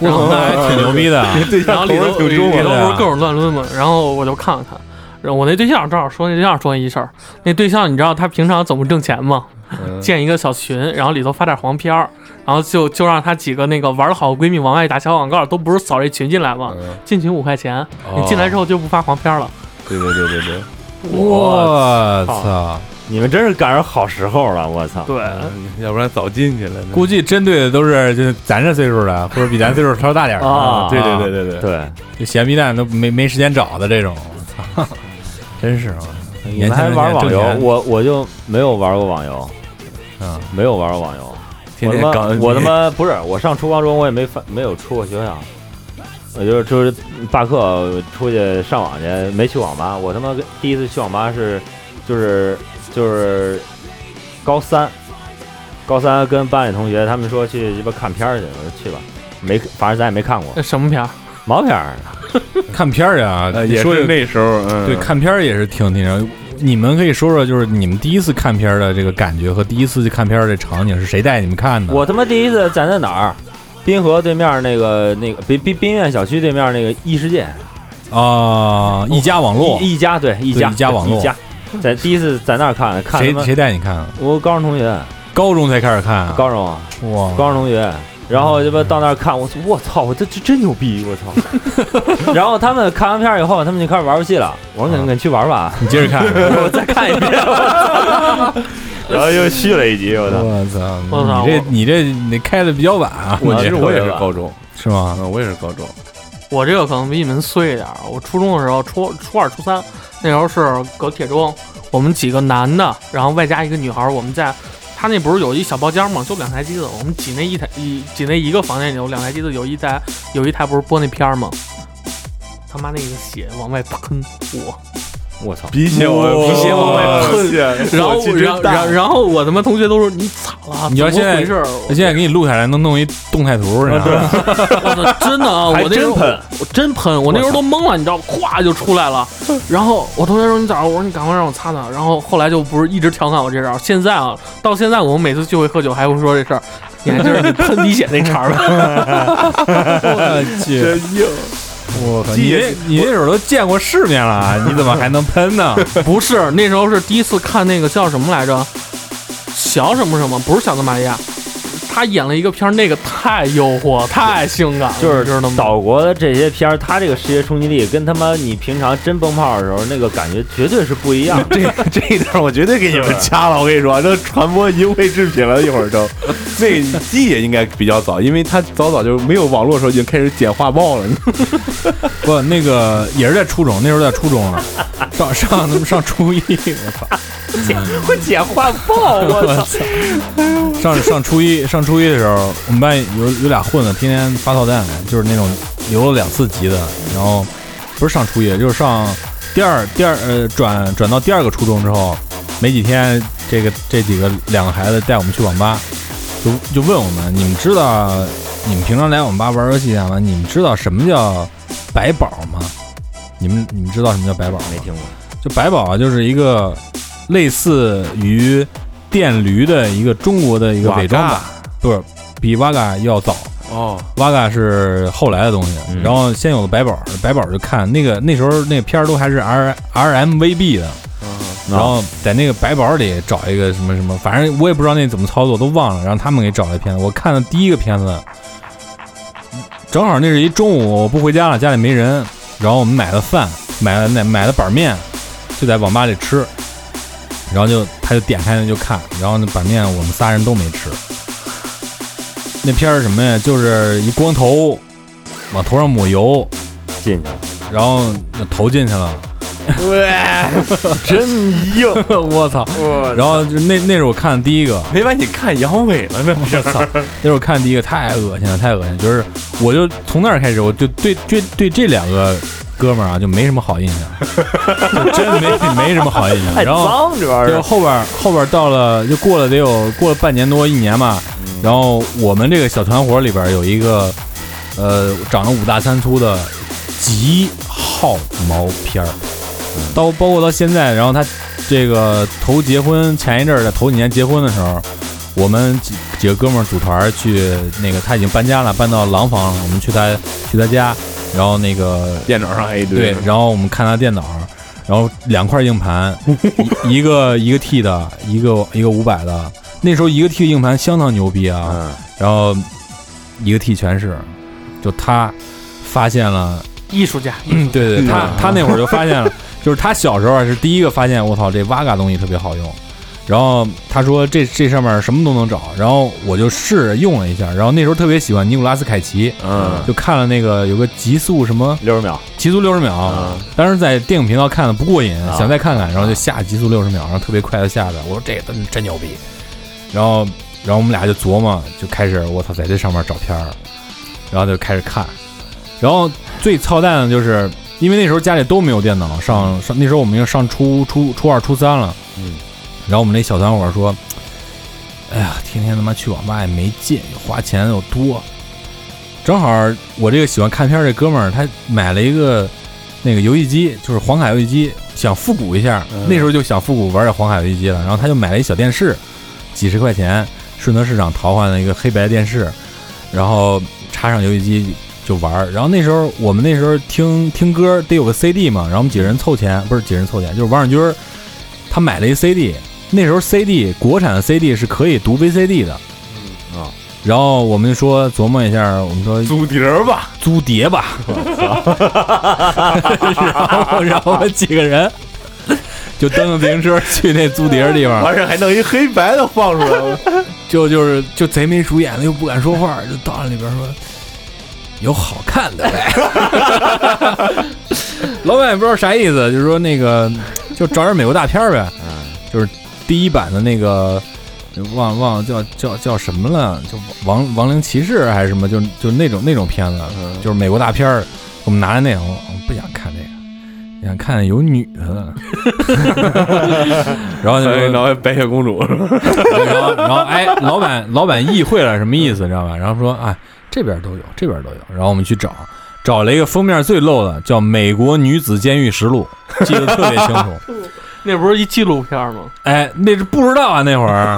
Speaker 5: 然后
Speaker 4: 那还挺牛逼的啊。
Speaker 3: 对
Speaker 5: 然后里头
Speaker 3: 挺
Speaker 5: 里
Speaker 3: 重
Speaker 5: 头
Speaker 3: 啊。
Speaker 5: 不
Speaker 4: 对啊
Speaker 5: 是各种乱抡嘛，然后我就看了看。然后我那对象正好说那对象说一事儿，那对象你知道他平常怎么挣钱吗？
Speaker 3: 嗯
Speaker 5: 建一个小群，然后里头发点黄片儿，然后就就让她几个那个玩的好闺蜜往外打小广告，都不是扫这群进来吗？
Speaker 3: 嗯哦
Speaker 5: 进群五块钱，
Speaker 4: 哦
Speaker 5: 你进来之后就不发黄片了。
Speaker 3: 对对对对对，
Speaker 4: 我操！
Speaker 2: 你们真是赶上好时候了，我操！
Speaker 5: 对，
Speaker 3: 嗯要不然早进去了呢。
Speaker 4: 估计针对的都是就是咱这岁数的，或者比咱岁数稍大点儿
Speaker 2: 啊
Speaker 4: 的，
Speaker 3: 对对对对对，
Speaker 2: 对，
Speaker 4: 就闲逼蛋都没没时间找的这种，我 操，真是啊！
Speaker 2: 你们还玩网游，嗯我我就没有玩过网游，
Speaker 4: 嗯，
Speaker 2: 没有玩过网游。
Speaker 3: 天天
Speaker 2: 我他
Speaker 3: 搞
Speaker 2: 妈我他妈不是，我上初高中我也没翻，没有出过学校。我就是就是罢课出去上网去，没去网吧。我他妈第一次去网吧是，就是就是高三，高三跟班里同学他们说去鸡巴看片儿去，我说去吧，没反正咱也 没看过
Speaker 5: 那什么片儿？
Speaker 2: 毛片儿，
Speaker 4: 看片儿啊，
Speaker 3: 呃
Speaker 4: 你
Speaker 3: 也
Speaker 4: 说这
Speaker 3: 是那时候，嗯
Speaker 4: 对看片儿也是挺那啥。你们可以说说，就是你们第一次看片儿的这个感觉和第一次去看片儿的场景是谁带你们看的？
Speaker 2: 我他妈第一次咱在哪儿？滨河对面那个那个滨滨滨苑小区对面那个异世界
Speaker 4: 啊，一家网络，
Speaker 2: 一一家对一家
Speaker 4: 一家网络
Speaker 2: 一 家，在第一次在那儿看看
Speaker 4: 谁
Speaker 2: 他妈
Speaker 4: 谁带你看？啊
Speaker 2: 我高中同学，
Speaker 4: 高中才开始看啊？
Speaker 2: 高中啊
Speaker 4: 哇，
Speaker 2: 高中同学，然后他妈到那儿看，我操我操，我这这真牛逼，我操！ 然后他们看完片儿以后，他们就开始玩游戏了。我说你们去玩 吧，
Speaker 4: 你接着看。
Speaker 2: 我再看一遍。然后又续了一集，我！
Speaker 4: 我
Speaker 5: 我
Speaker 4: 操！你
Speaker 5: 操
Speaker 4: 这你这你开的比较晚啊，
Speaker 3: 我
Speaker 2: 啊
Speaker 3: 其实
Speaker 2: 这
Speaker 3: 我也
Speaker 2: 个
Speaker 3: 是
Speaker 2: 吧
Speaker 3: 高中，
Speaker 4: 是吗？
Speaker 3: 嗯，我也是高中，
Speaker 5: 我这个可能比你们碎一点儿。我初中的时候，初初二、初三那时候是搞铁中，我们几个男的，然后外加一个女孩儿，我们在他那不是有一小包间儿吗？就两台机子，我们挤那一台一挤那一个房间里有两台机子，有一台有一台不是播那片儿吗？他妈那个血往外喷我，
Speaker 2: 我操！
Speaker 3: 鼻血往
Speaker 4: 哇
Speaker 3: 鼻血往外喷，
Speaker 5: 然后然然然后我他妈同学都说你咋了？
Speaker 4: 你要
Speaker 5: 怎么
Speaker 4: 现在
Speaker 5: 回事儿？
Speaker 4: 那现在给你录下来，能弄一动态图，是吧？
Speaker 5: 我操，真的 啊！
Speaker 2: 还
Speaker 5: 我那时候
Speaker 2: 真喷
Speaker 5: 我真喷，我那时候都懵了，你知道吗，咵就出来了。然后我同学说你咋了？我说你赶快让我擦擦。然后后来就不是一直调侃我这招。现在啊，到现在我们每次聚会喝酒还会说这事儿。你还就是你喷鼻血那茬儿吧？
Speaker 4: 我 去，
Speaker 3: 硬，
Speaker 4: 我靠！
Speaker 3: 记
Speaker 4: 你
Speaker 3: 也
Speaker 4: 这你这手都见过世面了，啊你怎么还能喷呢？
Speaker 5: 不是，那时候是第一次看那个叫什么来着，小什么什么，不是小泽玛利亚，他演了一个片儿，那个太诱惑，太性感了，
Speaker 2: 就是
Speaker 5: 你知道吗？
Speaker 2: 岛国的这些片儿，它这个视觉冲击力跟他妈你平常真崩炮的时候那个感觉绝对是不一样。的。
Speaker 3: 这这一段我绝对给你们掐了，我跟你说，这传播淫秽制品了，一会儿都。 那个记也应该比较早，因为他早早就没有网络的时候已经开始剪画报了。
Speaker 4: 不，那个也是在初中，那时候在初中了，上上 他妈上初一，我操！
Speaker 2: 我简化 爆，我操！
Speaker 4: 上上初一上初一的时候，我们班有有俩混子，天天发炮弹，就是那种留了两次级的，然后不是上初一，就是上第二第二呃转转到第二个初中之后，没几天，这个这几个两个孩子带我们去网吧，就就问我们，你们知道你们平常来网吧玩游戏啊吗？你们知道什么叫百宝吗？你们你们知道什么叫百宝吗？
Speaker 2: 没听过，
Speaker 4: 就百宝啊，就是一个类似于电驴的一个中国的一个伪装版，不是比 Vaga 要早。
Speaker 3: 哦，
Speaker 4: Vaga 是后来的东西，
Speaker 2: 嗯
Speaker 4: 然后先有了百宝，百宝就看那个那时候那片儿都还是 R R M V B 的，然后在那个百宝里找一个什么什么，反正我也不知道那怎么操作，都忘了，让他们给找的片子。我看的第一个片子，正好那是一中午，我不回家了，家里没人，然后我们买的饭，买了那买的板面，就在网吧里吃，然后就他就点开那就看，然后那板面我们仨人都没吃。那片儿是什么呀？就是一光头往头上抹油，
Speaker 2: 进去了，
Speaker 4: 然后投进去了。
Speaker 2: 真硬！
Speaker 4: 我操！然后就那那是我看的第一 个，
Speaker 3: 没把你看阳痿了呢。
Speaker 4: 我操！那时候看第一个太恶心了，太恶心了，就是我就从那儿开始，我就对对对这两个哥们儿啊，就没什么好印 象，就真没没什么好印象。
Speaker 2: 太
Speaker 4: 然后
Speaker 2: 脏这玩意
Speaker 4: 就
Speaker 2: 儿，
Speaker 4: 后边儿后边儿到了，就过了得有过了半年多一年吧。然后我们这个小团伙里边儿有一个，呃，长得五大三粗的极好毛片儿，到包括到现在，然后他这个头结婚前一阵儿的头几年结婚的时候，我们几几个哥们儿组团儿去那个他已经搬家了，搬到廊坊了，我们去他去他家，然后那个
Speaker 3: 电脑上还一
Speaker 4: 对
Speaker 3: 堆，，
Speaker 4: 然后我们看他电脑，然后两块硬 盘，一一个一个 T 的，一个一个五百的。那时候一个 T 硬盘相当牛逼啊，
Speaker 3: 嗯，
Speaker 4: 然后一个 T 全是，就他发现 了，
Speaker 5: 艺术家，
Speaker 4: 嗯，对对，
Speaker 3: 嗯
Speaker 4: 他他那会儿就发现了，就是他小时候啊是第一个发现，我操，这 Vaga 东西特别好用。然后他说这这上面什么都能找，然后我就试着用了一下，然后那时候特别喜欢尼古拉斯凯奇，
Speaker 3: 嗯
Speaker 4: 就看了那个有个极速什么
Speaker 2: 六十秒，
Speaker 4: 极速六十秒，
Speaker 3: 啊
Speaker 4: 当时在电影频道看的不过瘾，
Speaker 2: 啊
Speaker 4: 想再看看，然后就下极速六十秒，然后特别快的下的，我说这个真真牛逼，然后然后我们俩就琢磨，就开始我操在这上面找片儿，然后就开始看，然后最操蛋的就是因为那时候家里都没有电脑，上上那时候我们已经上初初初二初三了，
Speaker 3: 嗯，
Speaker 4: 然后我们那小团伙说，哎呀，天天他妈去网吧也没劲，花钱又多。正好我这个喜欢看片儿这哥们儿，他买了一个那个游戏机，就是黄卡游戏机，想复古一下。
Speaker 3: 嗯
Speaker 4: 那时候就想复古玩点黄卡游戏机了，然后他就买了一小电视，几十块钱，顺德市场淘换了一个黑白电视，然后插上游戏机就玩儿。然后那时候我们那时候听听歌得有个 CD 嘛，然后我们几个人凑钱，不是几个人凑钱，就是王小军儿他买了一 CD，那时候 CD 国产的 CD 是可以读 VCD 的，
Speaker 3: 嗯啊，
Speaker 4: 然后我们就说琢磨一下，我们说
Speaker 3: 租碟儿吧，
Speaker 4: 租碟 吧，然后然后我们几个人就蹬着自行车去那租碟的地方，
Speaker 3: 完事儿还弄一黑白的放出来了，
Speaker 4: 就就是就贼眉鼠眼的，又不敢说话，就到那里边说有好看的呗。 老板也不知道啥意思，就说那个就找点美国大片儿呗，
Speaker 3: 嗯
Speaker 4: 就是第一版的那个。忘忘了叫叫叫什么了？就亡亡灵骑士还是什么？就就那种那种片子，
Speaker 3: 嗯
Speaker 4: 就是美国大片儿。我们拿着那个，我我不想看这个，想看有女的的。 然后就说
Speaker 5: 嗯
Speaker 3: 哎然后白雪公主是吧？
Speaker 4: 然后然后哎，老板老板意会了什么意思，你知道吧？然后说啊、哎，这边都有，这边都有。然后我们去找，找了一个封面最 low 的，叫《美国女子监狱实录》，记得特别清楚。
Speaker 5: 那不是一纪录片吗？
Speaker 4: 哎，那是不知道啊那会儿，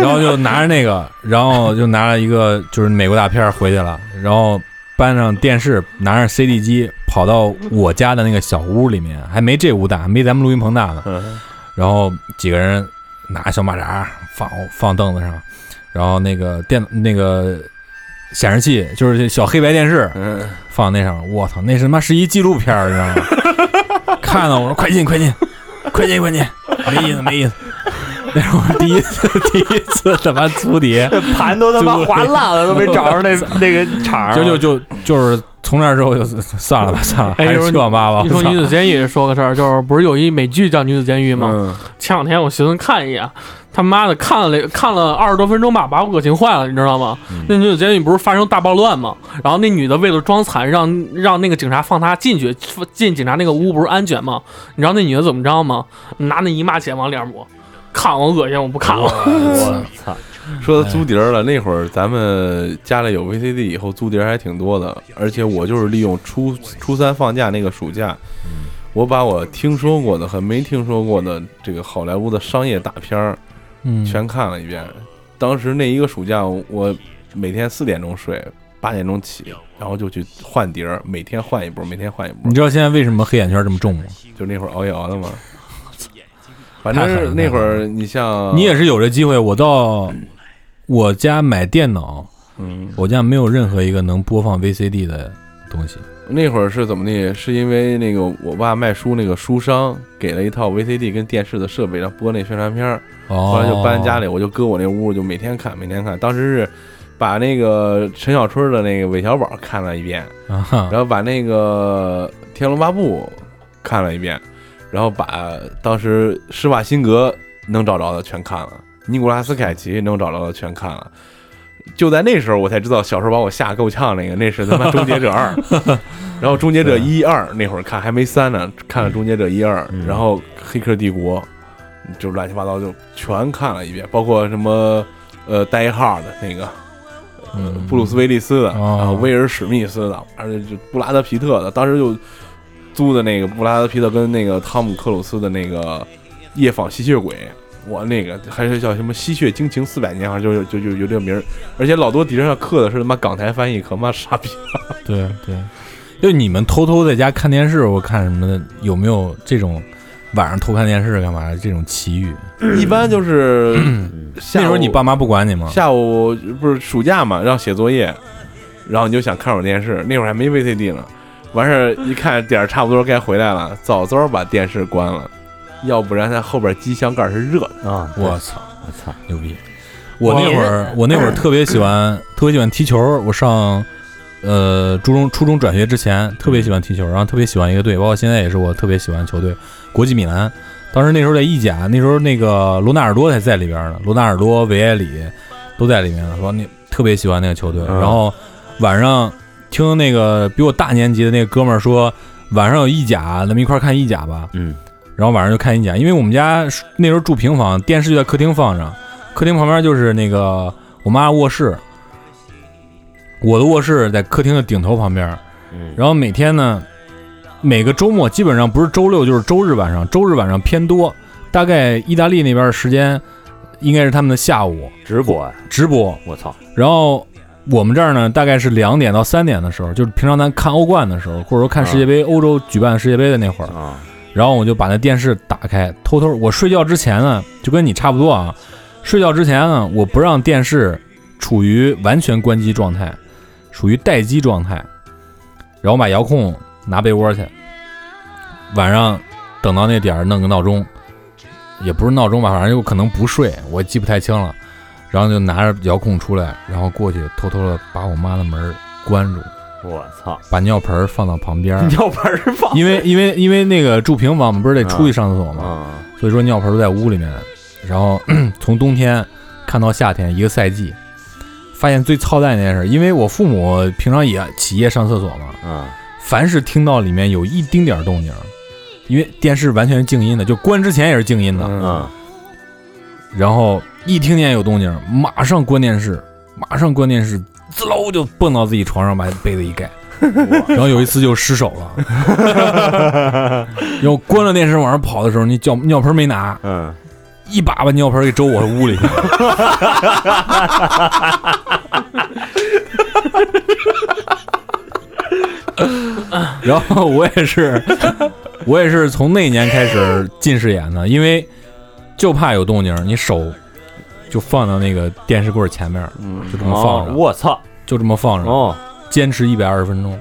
Speaker 4: 然后就拿着那个，然后就拿了一个就是美国大片儿回去了，然后搬上电视，拿着 CD 机跑到我家的那个小屋里面，还没这屋大，还没咱们录音棚大呢。
Speaker 3: 嗯
Speaker 4: 然后几个人拿小马扎放放凳子上，然后那个电那个显示器就是小黑白电视
Speaker 3: 嗯，
Speaker 4: 放那上，我操，那是他妈是一纪录片儿，你知道吗？ 看到我说快进快进快进快进，没意思没意思。那是我第一次 第一次他妈租碟，
Speaker 2: 这 盘都他妈划烂了，都没找 着那那个场儿。
Speaker 4: 就就就就是从那之后就算了吧算了，
Speaker 5: 哎
Speaker 4: 还
Speaker 5: 一会
Speaker 4: 是
Speaker 5: 儿
Speaker 4: 去网吧吧。
Speaker 5: 一说
Speaker 4: 我操
Speaker 5: 女子监狱，说个事儿，就是不是有一美剧叫《女子监狱》吗？
Speaker 3: 嗯
Speaker 5: 前两天我寻思看一眼，他妈的看了看了二十多分钟吧，把我恶心坏了，你知道吗？那女子监狱不是发生大暴乱吗？然后那女的为了装惨，让让那个警察放她进去，进警察那个屋不是安全吗？你知道那女的怎么着吗？拿那姨妈钱往脸上抹，看我恶心，我不看了。
Speaker 2: 我操，
Speaker 3: 说
Speaker 4: 哎
Speaker 3: 到租碟儿了，那会儿咱们家里有 VCD，以后租碟儿还挺多的。而且我就是利用初初三放假那个暑假，
Speaker 4: 嗯
Speaker 3: 我把我听说过的和没听说过的这个好莱坞的商业大片儿
Speaker 4: 嗯
Speaker 3: 全看了一遍。当时那一个暑假，我每天四点钟睡，八点钟起，然后就去换碟儿，每天换一波，每天换一波
Speaker 4: 你。知道现在为什么黑眼圈这么重吗？
Speaker 3: 就那会儿熬夜熬 的嘛。反
Speaker 4: 太狠了
Speaker 3: 正那会
Speaker 4: 太狠
Speaker 3: 儿你像
Speaker 4: 你也是有这机会，我到我家买电脑，
Speaker 3: 嗯，
Speaker 4: 我家没有任何一个能播放 VCD 的东西。
Speaker 3: 那会儿是怎么的？是因为那个我爸卖书，那个书商给了一套 VCD 跟电视的设备，然后播那宣传片儿。
Speaker 4: 哦，
Speaker 3: 后来就搬家里，我就搁我那屋，就每天看，每天看。当时是把那个陈小春的那个韦小宝看了一遍，
Speaker 4: 啊哈，
Speaker 3: 然后把那个《天龙八部》看了一遍，然后把当时施瓦辛格能找着的全看了，尼古拉斯凯奇能找着的全看了，就在那时候我才知道，小时候把我吓够呛那个，那是他妈《终结者二》，然后《终结者一二》那会儿看还没三呢，看了《终结者一二》
Speaker 2: 嗯，
Speaker 3: 然后《黑客帝国》就乱七八糟就全看了一遍，包括什么呃《Die Hard》那个，呃
Speaker 4: 嗯
Speaker 3: 布鲁斯威利斯的，
Speaker 4: 哦
Speaker 3: 啊威尔史密斯的，而且就布拉德皮特的，当时就租的那个布拉德皮特跟那个汤姆克鲁斯的那个《夜访吸血鬼》，我那个还是叫什么《吸血惊情四百年》，好像就就就有这个名儿，而且老多敌人上刻的是他妈港台翻译，可妈傻 逼。
Speaker 4: 对对，就你们偷偷在家看电视或看什么的，有没有这种晚上偷看电视干嘛的这种奇遇？
Speaker 3: 一般就是下
Speaker 4: 嗯那
Speaker 3: 午
Speaker 4: 时候你爸妈不管你
Speaker 2: 嗯
Speaker 4: 吗？
Speaker 3: 下午不是暑假嘛，让写作业，然后你就想看会儿电视，那会儿还没 VCD 呢。完事儿一看点儿差不多该回来了，早早把电视关了，要不然它后边机箱盖是热的。
Speaker 2: 啊，
Speaker 4: 我操，
Speaker 2: 我操，
Speaker 4: 牛逼！我那会儿，我那会儿特别喜欢，特别喜欢踢球。我上呃初中初中转学之前，特别喜欢踢球，然后特别喜欢一个队，包括现在也是我特别喜欢的球队国际米兰。当时那时候在意甲，那时候那个罗纳尔多还在里边呢，罗纳尔多、维埃里都在里面呢。说你特别喜欢那个球队，
Speaker 3: 嗯
Speaker 4: 然后晚上听那个比我大年级的那个哥们儿说，晚上有意甲，咱们一块儿看意甲吧。
Speaker 2: 嗯，
Speaker 4: 然后晚上就看意甲，因为我们家那时候住平房，电视就在客厅放着，客厅旁边就是那个我妈卧室，我的卧室在客厅的顶头旁边。
Speaker 2: 嗯
Speaker 4: 然后每天呢，每个周末基本上不是周六就是周日晚上，周日晚上偏多，大概意大利那边的时间应该是他们的下午
Speaker 2: 直播呀，
Speaker 4: 直播，
Speaker 2: 我操，
Speaker 4: 然后我们这儿呢，大概是两点到三点的时候，就是平常咱看欧冠的时候，或者说看世界杯，欧洲举办世界杯的那会儿，
Speaker 2: 啊，
Speaker 4: 然后我就把那电视打开，偷偷我睡觉之前呢，就跟你差不多啊，睡觉之前呢，我不让电视处于完全关机状态，属于待机状态，然后把遥控拿被窝去，晚上等到那点儿弄个闹钟，也不是闹钟吧，反正有可能不睡，我记不太清了，然后就拿着遥控出来，然后过去偷偷的把我妈的门儿关住，
Speaker 2: 我操，
Speaker 4: 把尿盆儿放到旁边儿。
Speaker 2: 尿盆儿 放
Speaker 4: 因为因为因为那个住平房嘛，不是得出去上厕所嘛，
Speaker 2: 啊，
Speaker 4: 所以说尿盆都在屋里面。然后 从冬天看到夏天一个赛季，发现最操蛋一件事，因为我父母平常也起夜上厕所嘛，
Speaker 2: 嗯，
Speaker 4: 凡是听到里面有一丁点儿动静，因为电视完全是静音的，就关之前也是静音的，
Speaker 2: 嗯，
Speaker 4: 然后一听见有动静，马上关电视，马上关电视，滋喽就蹦到自己床上，把被子一盖。然后有一次就失手了， 然后关了电视往上跑的时候，那尿尿盆没拿，
Speaker 2: 嗯，
Speaker 4: 一把把尿盆给周我屋里去了。 然后我也是，我也是从那年开始近视眼的，因为就怕有动静，你手就放到那个电视柜儿前面，
Speaker 3: 嗯，
Speaker 4: 就这么放着，嗯
Speaker 2: 哦我操，
Speaker 4: 就这么放着，
Speaker 2: 哦，
Speaker 4: 坚持一百二十分钟，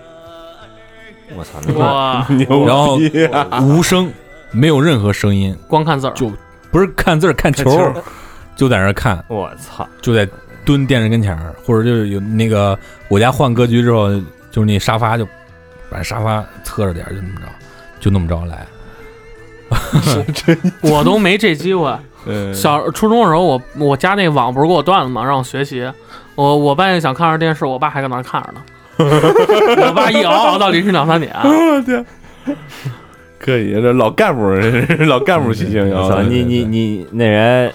Speaker 2: 我操， 那
Speaker 5: 哇，
Speaker 3: 牛
Speaker 4: 然后
Speaker 3: 逼啊
Speaker 4: 无声，没有任何声音，
Speaker 5: 光看字儿，
Speaker 4: 就不是看字儿看球
Speaker 3: 看
Speaker 4: 儿，就在那儿看，
Speaker 2: 我操，
Speaker 4: 就在蹲电视跟前儿，或者就是有那个我家换格局之后，就是那沙发就把沙发侧着点儿，就那么着，就那么着来。
Speaker 5: 我都没这机会。
Speaker 3: 嗯
Speaker 5: 小初中的时候我，我家那网不是给我断了吗？让我学习。我我半夜想看会儿电视，我爸还搁那儿看 着呢。我爸一熬熬到凌晨两三点，啊
Speaker 3: 可以，这老干部， 老干部习性
Speaker 2: 我操，
Speaker 3: 啊！
Speaker 2: 嗯你你你那人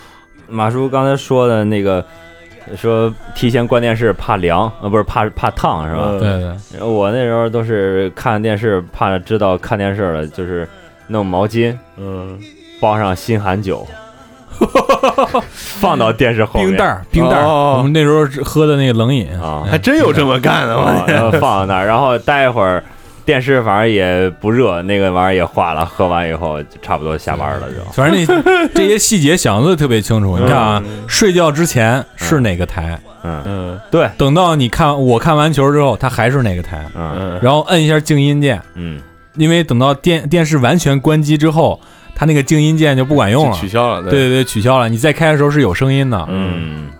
Speaker 2: 马叔刚才说的那个。说提前关电视怕凉，呃，不是怕怕烫是吧？
Speaker 3: 嗯
Speaker 4: 对对，
Speaker 2: 我那时候都是看电视，怕知道看电视了，就是弄毛巾
Speaker 3: 嗯，
Speaker 2: 包上心寒酒，放到电视后面，
Speaker 4: 冰袋儿冰袋儿，
Speaker 3: 哦
Speaker 4: 我们那时候是喝的那个冷 饮
Speaker 2: 啊
Speaker 3: 还真有这么干的，我
Speaker 2: 啊然后放到那儿，然后待一会儿，电视反正也不热，那个玩意儿也化了，喝完以后就差不多下班了就。
Speaker 4: 反正那这些细节想的特别清楚。你看啊，睡觉之前是哪个台，
Speaker 2: 嗯
Speaker 3: 嗯
Speaker 4: 等到你看我看完球之后，它还是哪个台，
Speaker 2: 嗯
Speaker 3: 嗯，
Speaker 4: 然后摁一下静音键，
Speaker 2: 嗯，
Speaker 4: 因为等到电电视完全关机之后，它那个静音键就不管用
Speaker 2: 啊
Speaker 3: 就
Speaker 4: 了。
Speaker 3: 取消了，
Speaker 4: 对对对，取消了。你再开的时候是有声音的，
Speaker 2: 嗯，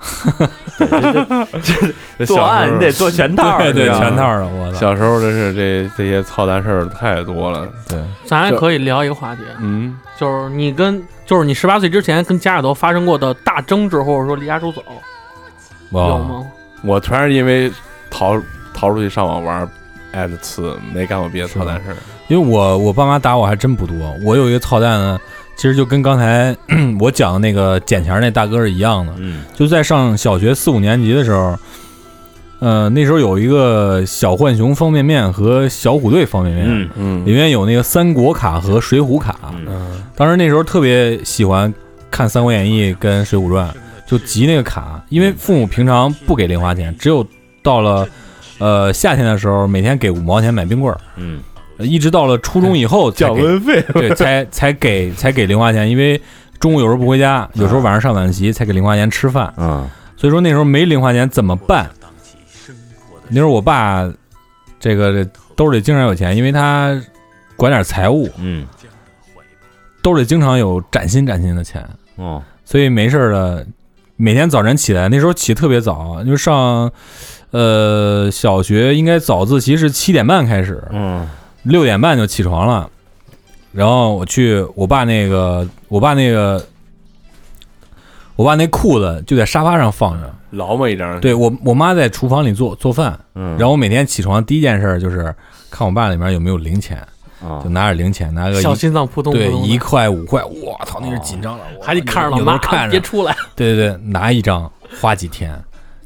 Speaker 3: 对，
Speaker 2: 作
Speaker 3: 小时
Speaker 2: 案
Speaker 3: 候
Speaker 2: 你得做全套，
Speaker 4: 对对，
Speaker 2: 是吧
Speaker 4: 全套的，我操，
Speaker 3: 小时候真是这这些操蛋事儿太多了，
Speaker 4: 对，
Speaker 5: 咱还可以聊一个话题，
Speaker 3: 嗯，
Speaker 5: 就是你跟就是你十八岁之前跟家里头发生过的大争执，或者说离家出走，有
Speaker 4: 哇，
Speaker 5: 吗？
Speaker 3: 我全是因为逃逃出去上网玩儿挨的刺，没干过别的操蛋事儿。
Speaker 4: 因为我我爸妈打我还真不多，我有一个操蛋呢，其实就跟刚才 我讲的那个捡钱儿那大哥是一样的，
Speaker 2: 嗯
Speaker 4: 就在上小学四五年级的时候，呃，那时候有一个小浣熊方便面和小虎队方便面，
Speaker 2: 嗯
Speaker 3: 嗯
Speaker 4: 里面有那个三国卡和水浒卡，
Speaker 2: 嗯
Speaker 3: 嗯
Speaker 4: 当时那时候特别喜欢看《三国演义》跟《水浒传》，就集那个卡，因
Speaker 2: 嗯
Speaker 4: 为父母平常不给零花钱，只有到了呃夏天的时候，每天给五毛钱买冰棍儿，
Speaker 2: 嗯
Speaker 4: 一直到了初中以后才
Speaker 3: 降
Speaker 4: 给，
Speaker 3: 温费，
Speaker 4: 对，才才给才给零花钱，因为中午有时候不回家，有时候晚上上晚自习才给零花钱吃饭，
Speaker 2: 啊
Speaker 4: 所以说那时候没零花钱怎么办？那时候我爸这个兜里经常有钱，因为他管点财务，
Speaker 2: 嗯
Speaker 4: 兜里经常有崭新崭新的钱。
Speaker 2: 哦
Speaker 4: 所以没事儿了。每天早晨起来，那时候起得特别早，就上，呃，小学应该早自习是七点半开始，
Speaker 2: 嗯
Speaker 4: 六点半就起床了。然后我去我爸那个，我爸那个，我爸那裤子就在沙发上放着。
Speaker 3: 劳模一张。
Speaker 4: 对我，我妈在厨房里做做饭。
Speaker 2: 嗯，
Speaker 4: 然后我每天起床第一件事儿就是看我爸里面有没有零钱，
Speaker 2: 啊
Speaker 4: 就拿点零钱，拿个一
Speaker 5: 哦小心脏扑通扑
Speaker 4: 对
Speaker 5: 通的，
Speaker 4: 一块五块，我操，那是紧张了，我
Speaker 5: 还得看着老
Speaker 4: 有时候
Speaker 5: 妈
Speaker 4: 看着
Speaker 5: 啊别出来。
Speaker 4: 对对对，拿一张花几天，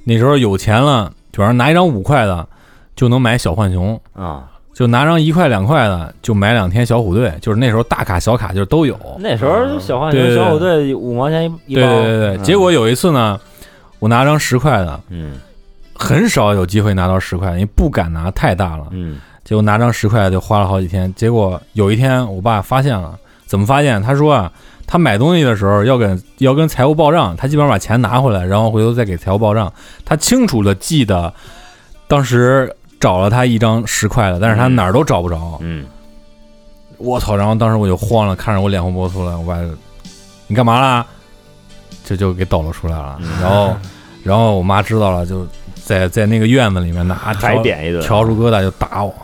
Speaker 4: 那时候有钱了，主要是拿一张五块的就能买小浣熊，
Speaker 2: 啊，
Speaker 4: 就拿张一块两块的就买两天小虎队，就是那时候大卡小卡就是都有。
Speaker 2: 那时候小浣
Speaker 4: 对
Speaker 2: 熊
Speaker 4: 对
Speaker 2: 小虎队五毛钱一一
Speaker 4: 对
Speaker 2: 包，
Speaker 4: 对对对，
Speaker 2: 嗯
Speaker 4: 结果有一次呢，我拿张十块的，
Speaker 2: 嗯
Speaker 4: 很少有机会拿到十块，因为不敢拿太大了。
Speaker 2: 嗯
Speaker 4: 结果拿张十块的就花了好几天。结果有一天我爸发现了，怎么发现？他说啊，他买东西的时候要跟要跟财务报账，他基本上把钱拿回来，然后回头再给财务报账。他清楚的记得，当时找了他一张十块的，但是他哪儿都找不着。
Speaker 2: 嗯
Speaker 4: 我操！然后当时我就慌了，看着我脸红脖子粗了，我爸就，你干嘛啦？这就给抖了出来了。
Speaker 2: 嗯
Speaker 4: 然后， 然后我妈知道了，就在在那个院子里面拿条
Speaker 2: 还点一顿，
Speaker 4: 笤帚疙瘩就打我。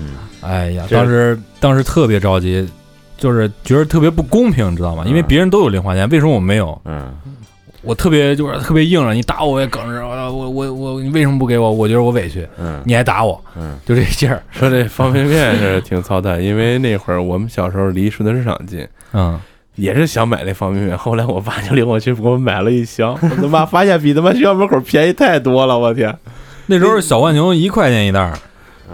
Speaker 2: 嗯
Speaker 4: 哎呀，
Speaker 2: 这
Speaker 4: 当时当时特别着急，就是觉得特别不公平，知道吗？
Speaker 2: 嗯
Speaker 4: 因为别人都有零花钱，为什么我没有？
Speaker 2: 嗯
Speaker 4: 我特别就是特别硬朗，你打我我也梗着，我我我我你为什么不给我？我觉得我委屈，
Speaker 2: 嗯
Speaker 4: 你还打我，
Speaker 2: 嗯
Speaker 4: 就这劲儿。
Speaker 3: 说这方便面是挺操蛋，因为那会儿我们小时候离顺德市场近，
Speaker 4: 嗯，
Speaker 3: 也是想买那方便面，后来我爸就领我去给我买了一箱，我他妈发现比他妈学校门口便宜太多了，我天！
Speaker 4: 那时候小浣熊一块钱一袋儿，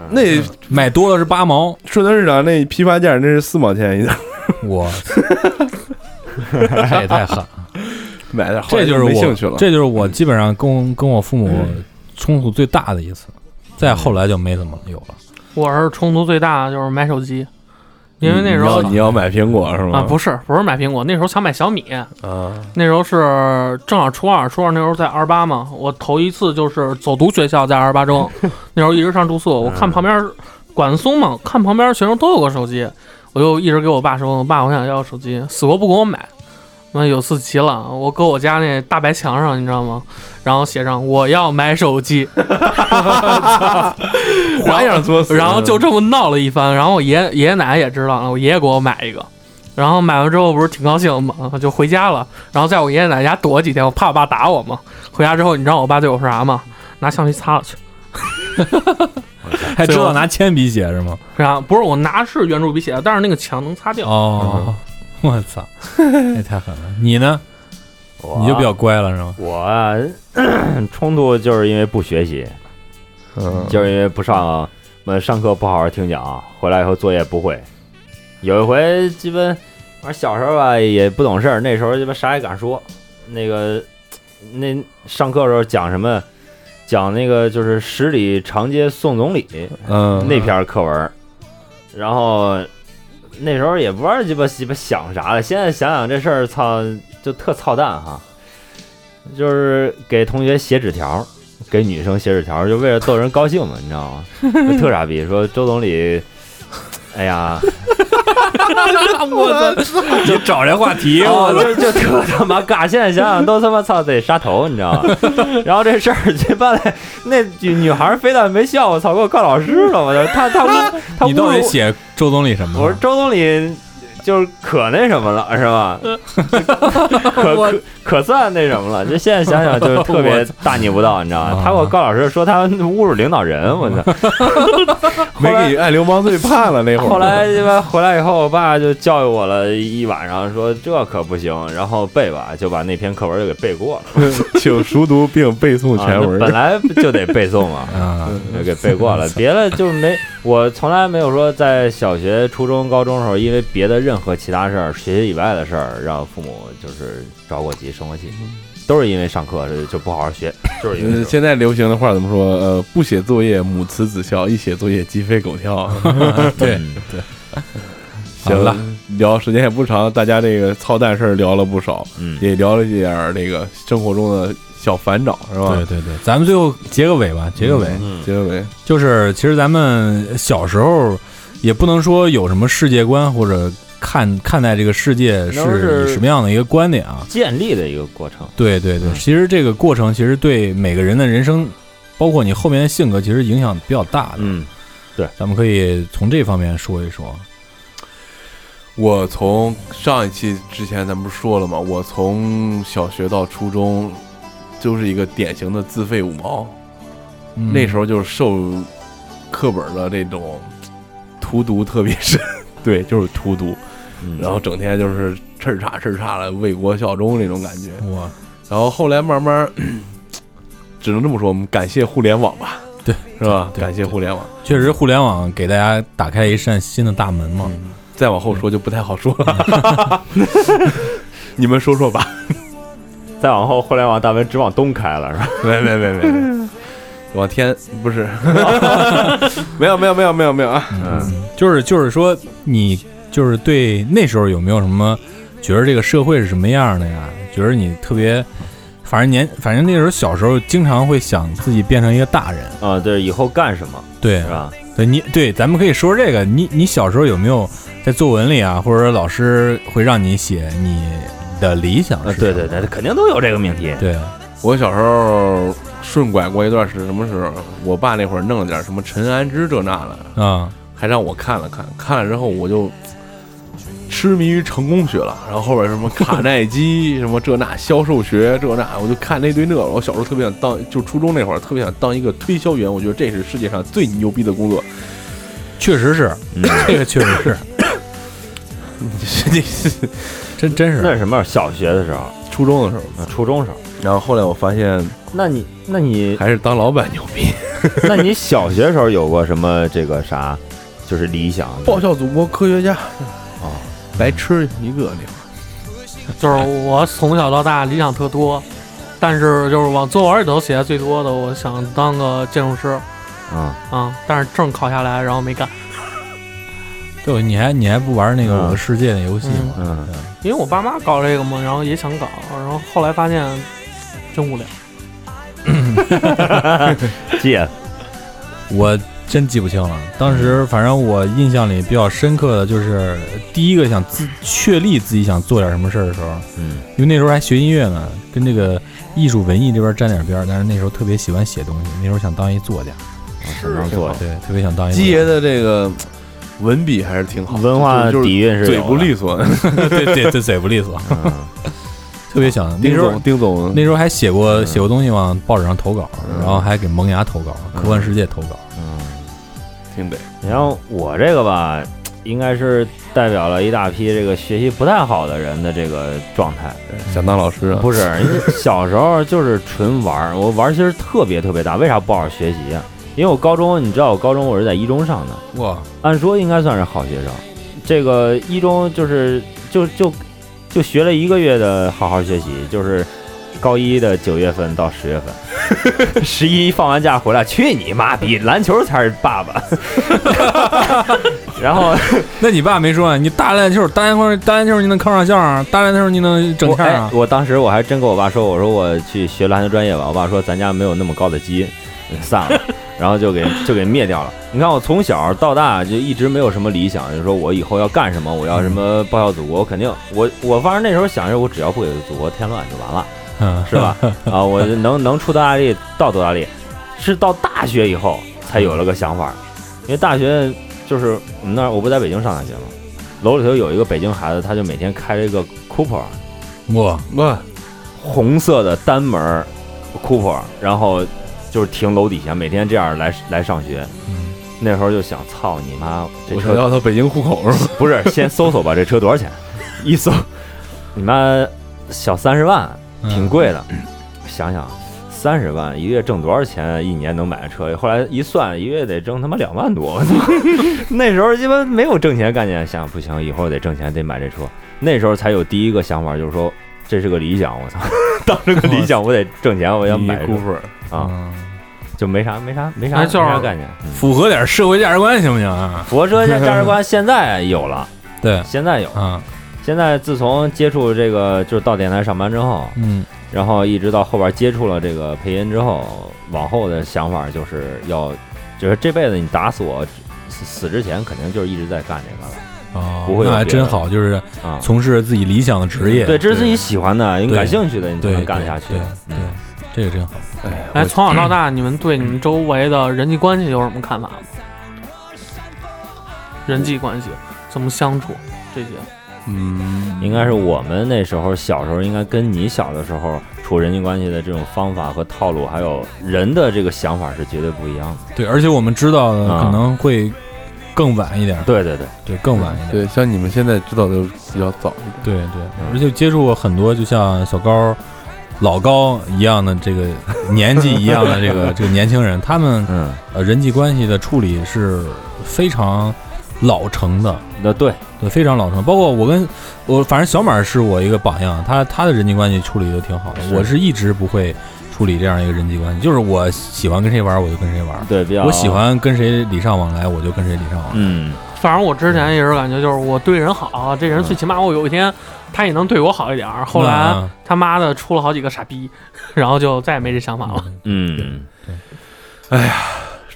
Speaker 3: 那
Speaker 4: 买多了是八毛，
Speaker 3: 顺德市场那批发价那是四毛钱一袋，
Speaker 4: 我这也太狠了。
Speaker 3: 买的后来
Speaker 4: 这就是
Speaker 3: 没
Speaker 4: 我，嗯
Speaker 3: 兴趣了。
Speaker 4: 这就是我基本上跟跟我父母冲突最大的一次，再后来就没怎么有了。
Speaker 5: 我是冲突最大的就是买手机，因为那时候
Speaker 3: 你要你要买苹果是吗？
Speaker 5: 啊不是不是买苹果，那时候想买小米，
Speaker 3: 啊，
Speaker 5: 那时候是正好初二，初二那时候在二八嘛，我头一次就是走读学校在二 八中，那时候一直上住宿，我
Speaker 3: 嗯
Speaker 5: 看旁边管得松嘛，看旁边学生都有个手机，我就一直给我爸说，我爸我想要手机，死活不给我买。那有次急了，我搁我家那大白墙上，你知道吗？然后写上我要买手机，
Speaker 3: 花样作死。
Speaker 5: 然后就这么闹了一番，然后我爷爷爷奶奶也知道了，我爷爷给我买一个，然后买完之后不是挺高兴嘛，就回家了，然后在我爷爷奶奶家躲几天，我怕我爸打我嘛。回家之后，你知道我爸对我说啥吗？拿橡皮擦了去，
Speaker 4: 还知道拿铅笔写是吗？
Speaker 5: 然后不是我拿是圆珠笔写的，但是那个墙能擦掉。
Speaker 4: 哦，我操，那太狠了！你呢？
Speaker 2: 我
Speaker 4: 你就比较乖了是吗？
Speaker 2: 我 啊冲突就是因为不学习，
Speaker 3: 嗯
Speaker 2: 就是因为不上，呃，上课不好好听讲，回来以后作业不会。有一回鸡巴，反正小时候吧也不懂事儿，那时候鸡巴啥也敢说。那个，那上课的时候讲什么？讲那个就是十里长街送总理
Speaker 3: 嗯
Speaker 2: 那篇课文，然后那时候也不知道鸡巴鸡巴想啥了。现在想想这事儿，操，就特操蛋哈。就是给同学写纸条，给女生写纸条，就为了逗人高兴嘛，你知道吗？就特傻逼，说周总理，哎呀，
Speaker 5: 我操！
Speaker 4: 就找这话题
Speaker 2: 哦，就就特他妈尬，现在想想都他妈操得杀头，你知道吗？ 然后这事儿这办的那女女孩儿非但没笑，我操，给我告老师了，我操，她她侮她侮
Speaker 4: 你到底
Speaker 2: 辱
Speaker 4: 写周总理什么
Speaker 2: 我说
Speaker 4: 了？
Speaker 2: 周总理就是可那什么了，是吧？ 可
Speaker 4: 我
Speaker 2: 可可算那什么了，就现在想想就是特
Speaker 4: 我
Speaker 2: 别大逆不道，你知
Speaker 3: 啊
Speaker 2: 道吗？他给我告老师说他侮辱领导人，我 操！
Speaker 3: 没给你按流氓罪判了那会儿。
Speaker 2: 后来他妈回来以后，我爸就教育我了一晚上，说这可不行，然后背吧，就把那篇课文就给背过了，
Speaker 3: 请熟读并背诵全
Speaker 2: 啊
Speaker 3: 文。
Speaker 2: 本来就得背诵啊嘛。
Speaker 4: 嗯，
Speaker 2: 就给背过了，别的就没，我从来没有说在小学、初中、高中的时候，因为别的任何其他事儿、学习以外的事儿，让父母就是着过急、生过气，都是因为上课就就不好好学， 就是因为
Speaker 3: 呃
Speaker 2: 这种
Speaker 3: 现在流行的话怎么说？呃，不写作业母慈子孝，一写作业鸡飞狗 跳。
Speaker 4: 对，
Speaker 2: 嗯
Speaker 3: 行
Speaker 4: 了，
Speaker 3: 聊时间也不长，大家这个操蛋事儿聊了不少，
Speaker 2: 嗯，
Speaker 3: 也聊了一点儿这个生活中的小烦恼，是吧？
Speaker 4: 对对对，咱们最后结个尾吧，结个尾，
Speaker 2: 嗯
Speaker 3: 结尾
Speaker 4: 就是其实咱们小时候也不能说有什么世界观或者看看待这个世界
Speaker 2: 那都
Speaker 4: 是
Speaker 2: 是
Speaker 4: 以什么样的一个观点啊？
Speaker 2: 建立的一个过程，
Speaker 4: 对对对，其实这个过程其实对每个人的人生，包括你后面的性格，其实影响比较大的。
Speaker 2: 嗯，
Speaker 4: 咱们可以从这方面说一说。
Speaker 3: 我从上一期之前咱们不是说了吗？我从小学到初中，就是一个典型的自废五毛。
Speaker 4: 嗯
Speaker 3: 那时候就是受课本的这种荼毒特别深，对，就是荼毒。
Speaker 2: 嗯
Speaker 3: 然后整天就是叱咤叱咤的为国效忠那种感觉。
Speaker 4: 我
Speaker 3: 然后后来慢慢，只能这么说，我们感谢互联网吧，
Speaker 4: 对，
Speaker 3: 是吧？
Speaker 4: 对
Speaker 3: 感谢互联网。
Speaker 4: 确实互联网给大家打开一扇新的大门嘛。
Speaker 3: 再往后说就不太好说了， 你们说说吧。
Speaker 2: 再往后，互联网大门只往东开了，是吧？
Speaker 3: 没没没没没，往天不是， 没有没有没有没有没有啊！
Speaker 2: 嗯
Speaker 4: 就是就是说，你就是对那时候有没有什么觉得这个社会是什么样的呀？觉得你特别，反正年，反正那时候小时候经常会想自己变成一个大人，
Speaker 2: 啊，对，以后干什么
Speaker 4: 对
Speaker 2: 是吧？
Speaker 4: 对，你对，咱们可以说这个。你你小时候有没有在作文里啊，或者说老师会让你写你的理想
Speaker 2: 啊
Speaker 4: 是，
Speaker 2: 对
Speaker 4: 什
Speaker 2: 对
Speaker 4: 么
Speaker 2: 对，肯定都有这个命题，
Speaker 4: 对，
Speaker 3: 我小时候顺拐过一段是什么时候？我爸那会儿弄了点什么陈安之这那的，
Speaker 4: 啊，
Speaker 3: 还让我看了看，看了之后我就痴迷于成功学了。然后后边什么卡耐基，什么这那销售学这那，我就看那堆那。我小时候特别想当，就初中那会儿特别想当一个推销员，我觉得这是世界上最牛逼的工作。
Speaker 4: 确实是，这个确实是，
Speaker 3: 这是
Speaker 4: 真真
Speaker 2: 那
Speaker 4: 是
Speaker 2: 是什么？小学的时候，
Speaker 3: 初中的时候，
Speaker 2: 啊初中时候，
Speaker 3: 嗯然后后来我发现
Speaker 2: 那你那你
Speaker 3: 还是当老板牛逼，
Speaker 2: 那你小学时候有过什么这个啥，就是理想？
Speaker 3: 报效祖国科学家啊，白痴一个那会儿。
Speaker 5: 就是我从小到大理想特多，但是就是往作文里头写的最多的，我想当个建筑师
Speaker 2: 啊，
Speaker 5: 啊，但是证考下来，然后没干，
Speaker 4: 对，你还你还不玩那个
Speaker 2: 嗯
Speaker 4: 我的世界那游戏吗？
Speaker 2: 嗯，
Speaker 5: 因为我爸妈搞这个嘛，然后也想搞，然后后来发现真无聊。
Speaker 2: 借
Speaker 4: 我真记不清了。当
Speaker 2: 嗯
Speaker 4: 时反正我印象里比较深刻的就是第一个想自确立自己想做点什么事儿的时候，
Speaker 2: 嗯
Speaker 4: 因为那时候还学音乐呢，跟这个艺术文艺这边沾点边儿，但是那时候特别喜欢写东西，那时候想当一作家，
Speaker 2: 是做
Speaker 4: 对，特别想当一作
Speaker 3: 基
Speaker 4: 家。
Speaker 3: 爷的这个文笔还是挺好，
Speaker 2: 文化
Speaker 3: 就是
Speaker 2: 底蕴是
Speaker 3: 嘴不利
Speaker 2: 利，
Speaker 3: 索。
Speaker 4: 对对对，嘴不利索，
Speaker 2: 嗯
Speaker 4: 特别想。那
Speaker 3: 丁
Speaker 4: 时候
Speaker 3: 总，丁总，
Speaker 4: 那时候还写过
Speaker 2: 嗯
Speaker 4: 写过东西往报纸上投稿，
Speaker 3: 嗯
Speaker 4: 然后还给萌芽投稿、
Speaker 2: 嗯
Speaker 4: 科幻世界投稿。
Speaker 2: 嗯，
Speaker 3: 挺得。
Speaker 2: 你像我这个吧，应该是代表了一大批这个学习不太好的人的这个状态。
Speaker 3: 想当老师啊？
Speaker 2: 不是，因为小时候就是纯玩儿，我玩儿心儿特别特别大。为啥不好好学习呀、因为我高中，你知道我高中我是在一中上的，
Speaker 4: 哇，
Speaker 2: 按说应该算是好学生。这个一中就是就就就学了一个月的好好学习，就是高一的九月份到十月份，十一放完假回来，去你妈逼，篮球才是爸爸。 然后
Speaker 4: 那你爸没说啊？你打篮球，打篮球，打篮球你能考上校啊？打篮球你能整
Speaker 2: 我
Speaker 4: 天啊
Speaker 2: 哎？我当时我还真跟我爸说，我说我去学篮球专业吧。我爸说咱家没有那么高的 基因，散了，然后就给就给灭掉了。你看我从小到大就一直没有什么理想，就是说我以后要干什么，我要什么报效祖国，我肯定我我反正那时候想着我只要不给祖国添乱就完了，
Speaker 4: 嗯，
Speaker 2: 是吧？啊，我就能能出多大力到多大力，是到大学以后才有了个想法，因为大学就是我们那儿我不在北京上大学嘛，楼里头有一个北京孩子，他就每天开着一个 Cooper，
Speaker 4: 哇，
Speaker 3: 哇，
Speaker 2: 红色的单门儿 Cooper，然后就是停楼底下，每天这样来来上学。
Speaker 4: 嗯，
Speaker 2: 那时候就想，操你妈，这
Speaker 3: 我
Speaker 2: 车
Speaker 3: 想要到北京户口是吧？
Speaker 2: 不是，先搜搜吧，这车 多少钱？一搜，你妈小三十万，
Speaker 4: 嗯
Speaker 2: 挺贵的。 想想三十万一个月挣多少钱？一年能买个车？后来一算，一个月得挣他妈两万多。我操！ 那时候鸡巴没有挣钱概念，想不行，以后得挣钱，得买这车。那时候才有第一个想法，就是说这是个理想。我操， 当这个理想，我得挣钱，我要买这
Speaker 3: 姑
Speaker 2: 车
Speaker 3: 父，
Speaker 2: 啊，就没啥没啥没啥
Speaker 5: 哎
Speaker 2: 没
Speaker 5: 就是
Speaker 2: 啥概念。嗯
Speaker 4: 嗯符合点社会价值观行不行啊？
Speaker 2: 佛车价价值观现在有了，
Speaker 4: 对，
Speaker 2: 现在有了。
Speaker 4: 啊，
Speaker 2: 现在自从接触这个，就是到电台上班之后，
Speaker 4: 嗯，
Speaker 2: 然后一直到后边接触了这个配音之后，往后的想法就是要，就是这辈子你打死我死死之前，肯定就是一直在干这个了
Speaker 4: 哦，
Speaker 2: 不会有
Speaker 4: 那还
Speaker 2: 别的
Speaker 4: 真好，就是
Speaker 2: 啊。
Speaker 4: 从事自己理想的职业，
Speaker 2: 对，这是自己喜欢的，你感兴趣的，你才
Speaker 4: 对
Speaker 2: 能干得下去
Speaker 4: 对。
Speaker 2: 嗯
Speaker 4: 对，这个真好。
Speaker 5: 哎，从小到大，你们对你们周围的人际关系有什么看法吗？人际关系怎么相处这些？
Speaker 3: 嗯，
Speaker 2: 应该是我们那时候小时候，应该跟你小的时候处人际关系的这种方法和套路，还有人的这个想法是绝对不一样的。
Speaker 4: 对，而且我们知道的
Speaker 2: 啊
Speaker 4: 可能会更晚一点，
Speaker 2: 对对对，
Speaker 4: 对，更晚一点，
Speaker 3: 对，像你们现在知道的比较早一点。
Speaker 4: 对对，
Speaker 2: 嗯
Speaker 4: 而且接触过很多，就像小高、老高一样的这个年纪一样的这 个这个年轻人，他们
Speaker 2: 嗯，
Speaker 4: 呃人际关系的处理是非常老成的，
Speaker 2: 那对，
Speaker 4: 对，非常老成。包括我跟我，反正小马是我一个榜样，他他的人际关系处理的挺好的，
Speaker 2: 是
Speaker 4: 我是一直不会处理这样一个人际关系，就是我喜欢跟谁玩我就跟谁玩，
Speaker 2: 对比较
Speaker 4: 我喜，欢跟谁礼尚往来我就跟谁礼尚往来。
Speaker 2: 哦嗯，
Speaker 5: 反正我之前一直感觉就是我对人好，啊这人最起码我有一天他也能对我好一点儿。后来
Speaker 2: 啊
Speaker 4: 那
Speaker 5: 他妈的出了好几个傻逼，然后就再也没这想法了。
Speaker 2: 嗯，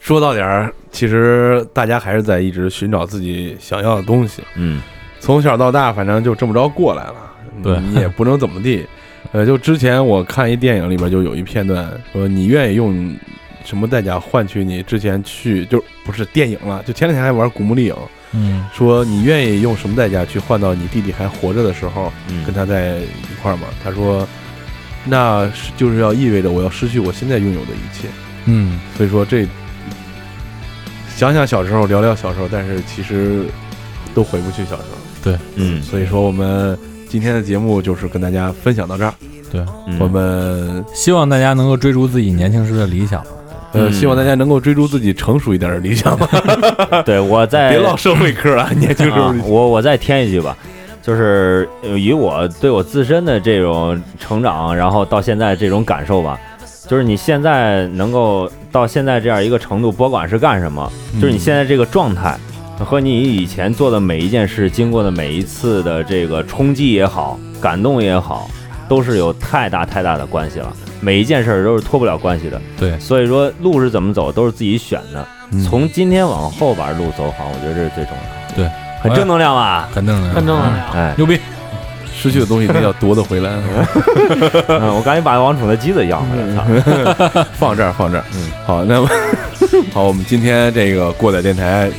Speaker 3: 说到点儿，其实大家还是在一直寻找自己想要的东西。
Speaker 2: 嗯，
Speaker 3: 从小到大，反正就这么着过来了，
Speaker 4: 对
Speaker 3: 你也不能怎么地。呃，就之前我看一电影里边就有一片段说，你愿意用什么代价换取你之前去就不是电影了，就前两天还玩古墓丽影，
Speaker 4: 嗯，
Speaker 3: 说你愿意用什么代价去换到你弟弟还活着的时候
Speaker 2: 嗯
Speaker 3: 跟他在一块儿吗？他说，那是就是要意味着我要失去我现在拥有的一切。
Speaker 4: 嗯，
Speaker 3: 所以说这想想小时候，聊聊小时候，但是其实都回不去小时候。
Speaker 2: 嗯，
Speaker 3: 所以说我们今天的节目就是跟大家分享到这儿。
Speaker 4: 对，
Speaker 2: 嗯
Speaker 3: 我们
Speaker 4: 希望大家能够追逐自己年轻时的理想。
Speaker 3: 呃
Speaker 2: 嗯
Speaker 3: 希望大家能够追逐自己成熟一点的理想吧，
Speaker 2: 对我 在
Speaker 3: 别唠社会嗑了，年轻时候
Speaker 2: 哎啊。我我再添一句吧，就是呃以我对我自身的这种成长，然后到现在这种感受吧，就是你现在能够到现在这样一个程度，不管是干什么，就是你现在这个状态。和你以前做的每一件事，经过的每一次的这个冲击也好，感动也好，都是有太大太大的关系了。每一件事儿都是脱不了关系的。
Speaker 4: 对
Speaker 2: 所以说路是怎么走都是自己选的。
Speaker 3: 嗯
Speaker 2: 从今天往后把路走好，我觉得这是最重要的。
Speaker 4: 对，
Speaker 2: 很正能量啊吧？
Speaker 4: 很正能量，
Speaker 5: 很正能，量。
Speaker 2: 哎，
Speaker 4: 牛逼！
Speaker 3: 失去的东西一定要夺得回来，
Speaker 2: 嗯我赶紧把王宠的机子要回来。操
Speaker 3: 放这儿放这儿。
Speaker 2: 嗯
Speaker 3: 好，那么 好，我们今天这个过载电台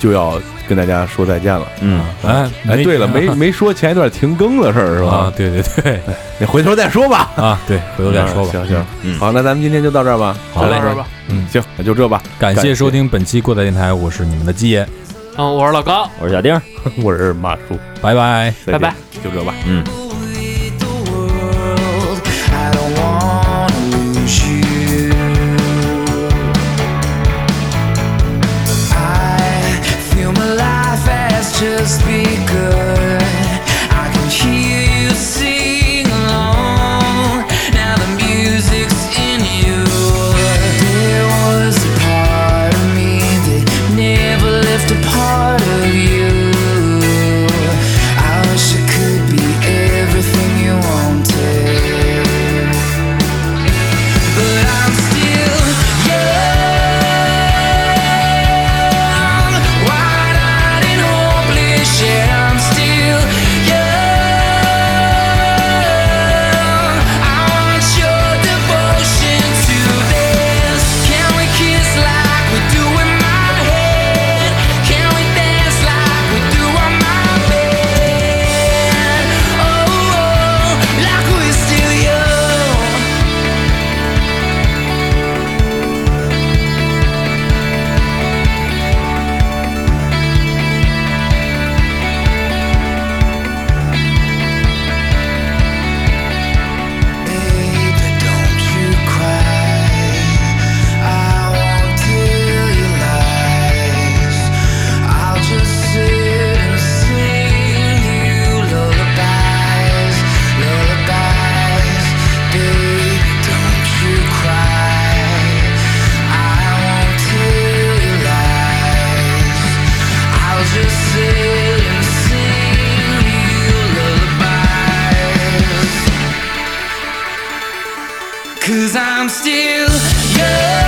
Speaker 3: 就要跟大家说再见了。
Speaker 2: 嗯，
Speaker 4: 哎
Speaker 3: 哎，对了， 没没说前一段停更的事儿是
Speaker 4: 啊
Speaker 3: 吧？？
Speaker 4: 对对对
Speaker 3: 你回头再说吧。
Speaker 4: 啊，对，回头再说 吧。
Speaker 3: 行
Speaker 2: 嗯
Speaker 3: 行，好，那咱们今天就到这儿吧。
Speaker 4: 好嘞
Speaker 5: 到这儿吧。
Speaker 4: 嗯，
Speaker 3: 行，那就这吧。
Speaker 4: 感谢收听本期过载电台，我是你们的鸡爷，
Speaker 5: 嗯，我是老高，
Speaker 2: 我是小丁儿，
Speaker 3: 我是马叔，
Speaker 4: 拜拜。
Speaker 3: 再见
Speaker 5: 拜拜。
Speaker 3: 就这吧。
Speaker 2: 嗯。
Speaker 1: lead the world. I don't wanna lose you. I feel my life has just begun. I can hear you sing along. Now the music's in you. There was a part of me that never left a part of you. I wish I could be everything Cause I'm still young Oh,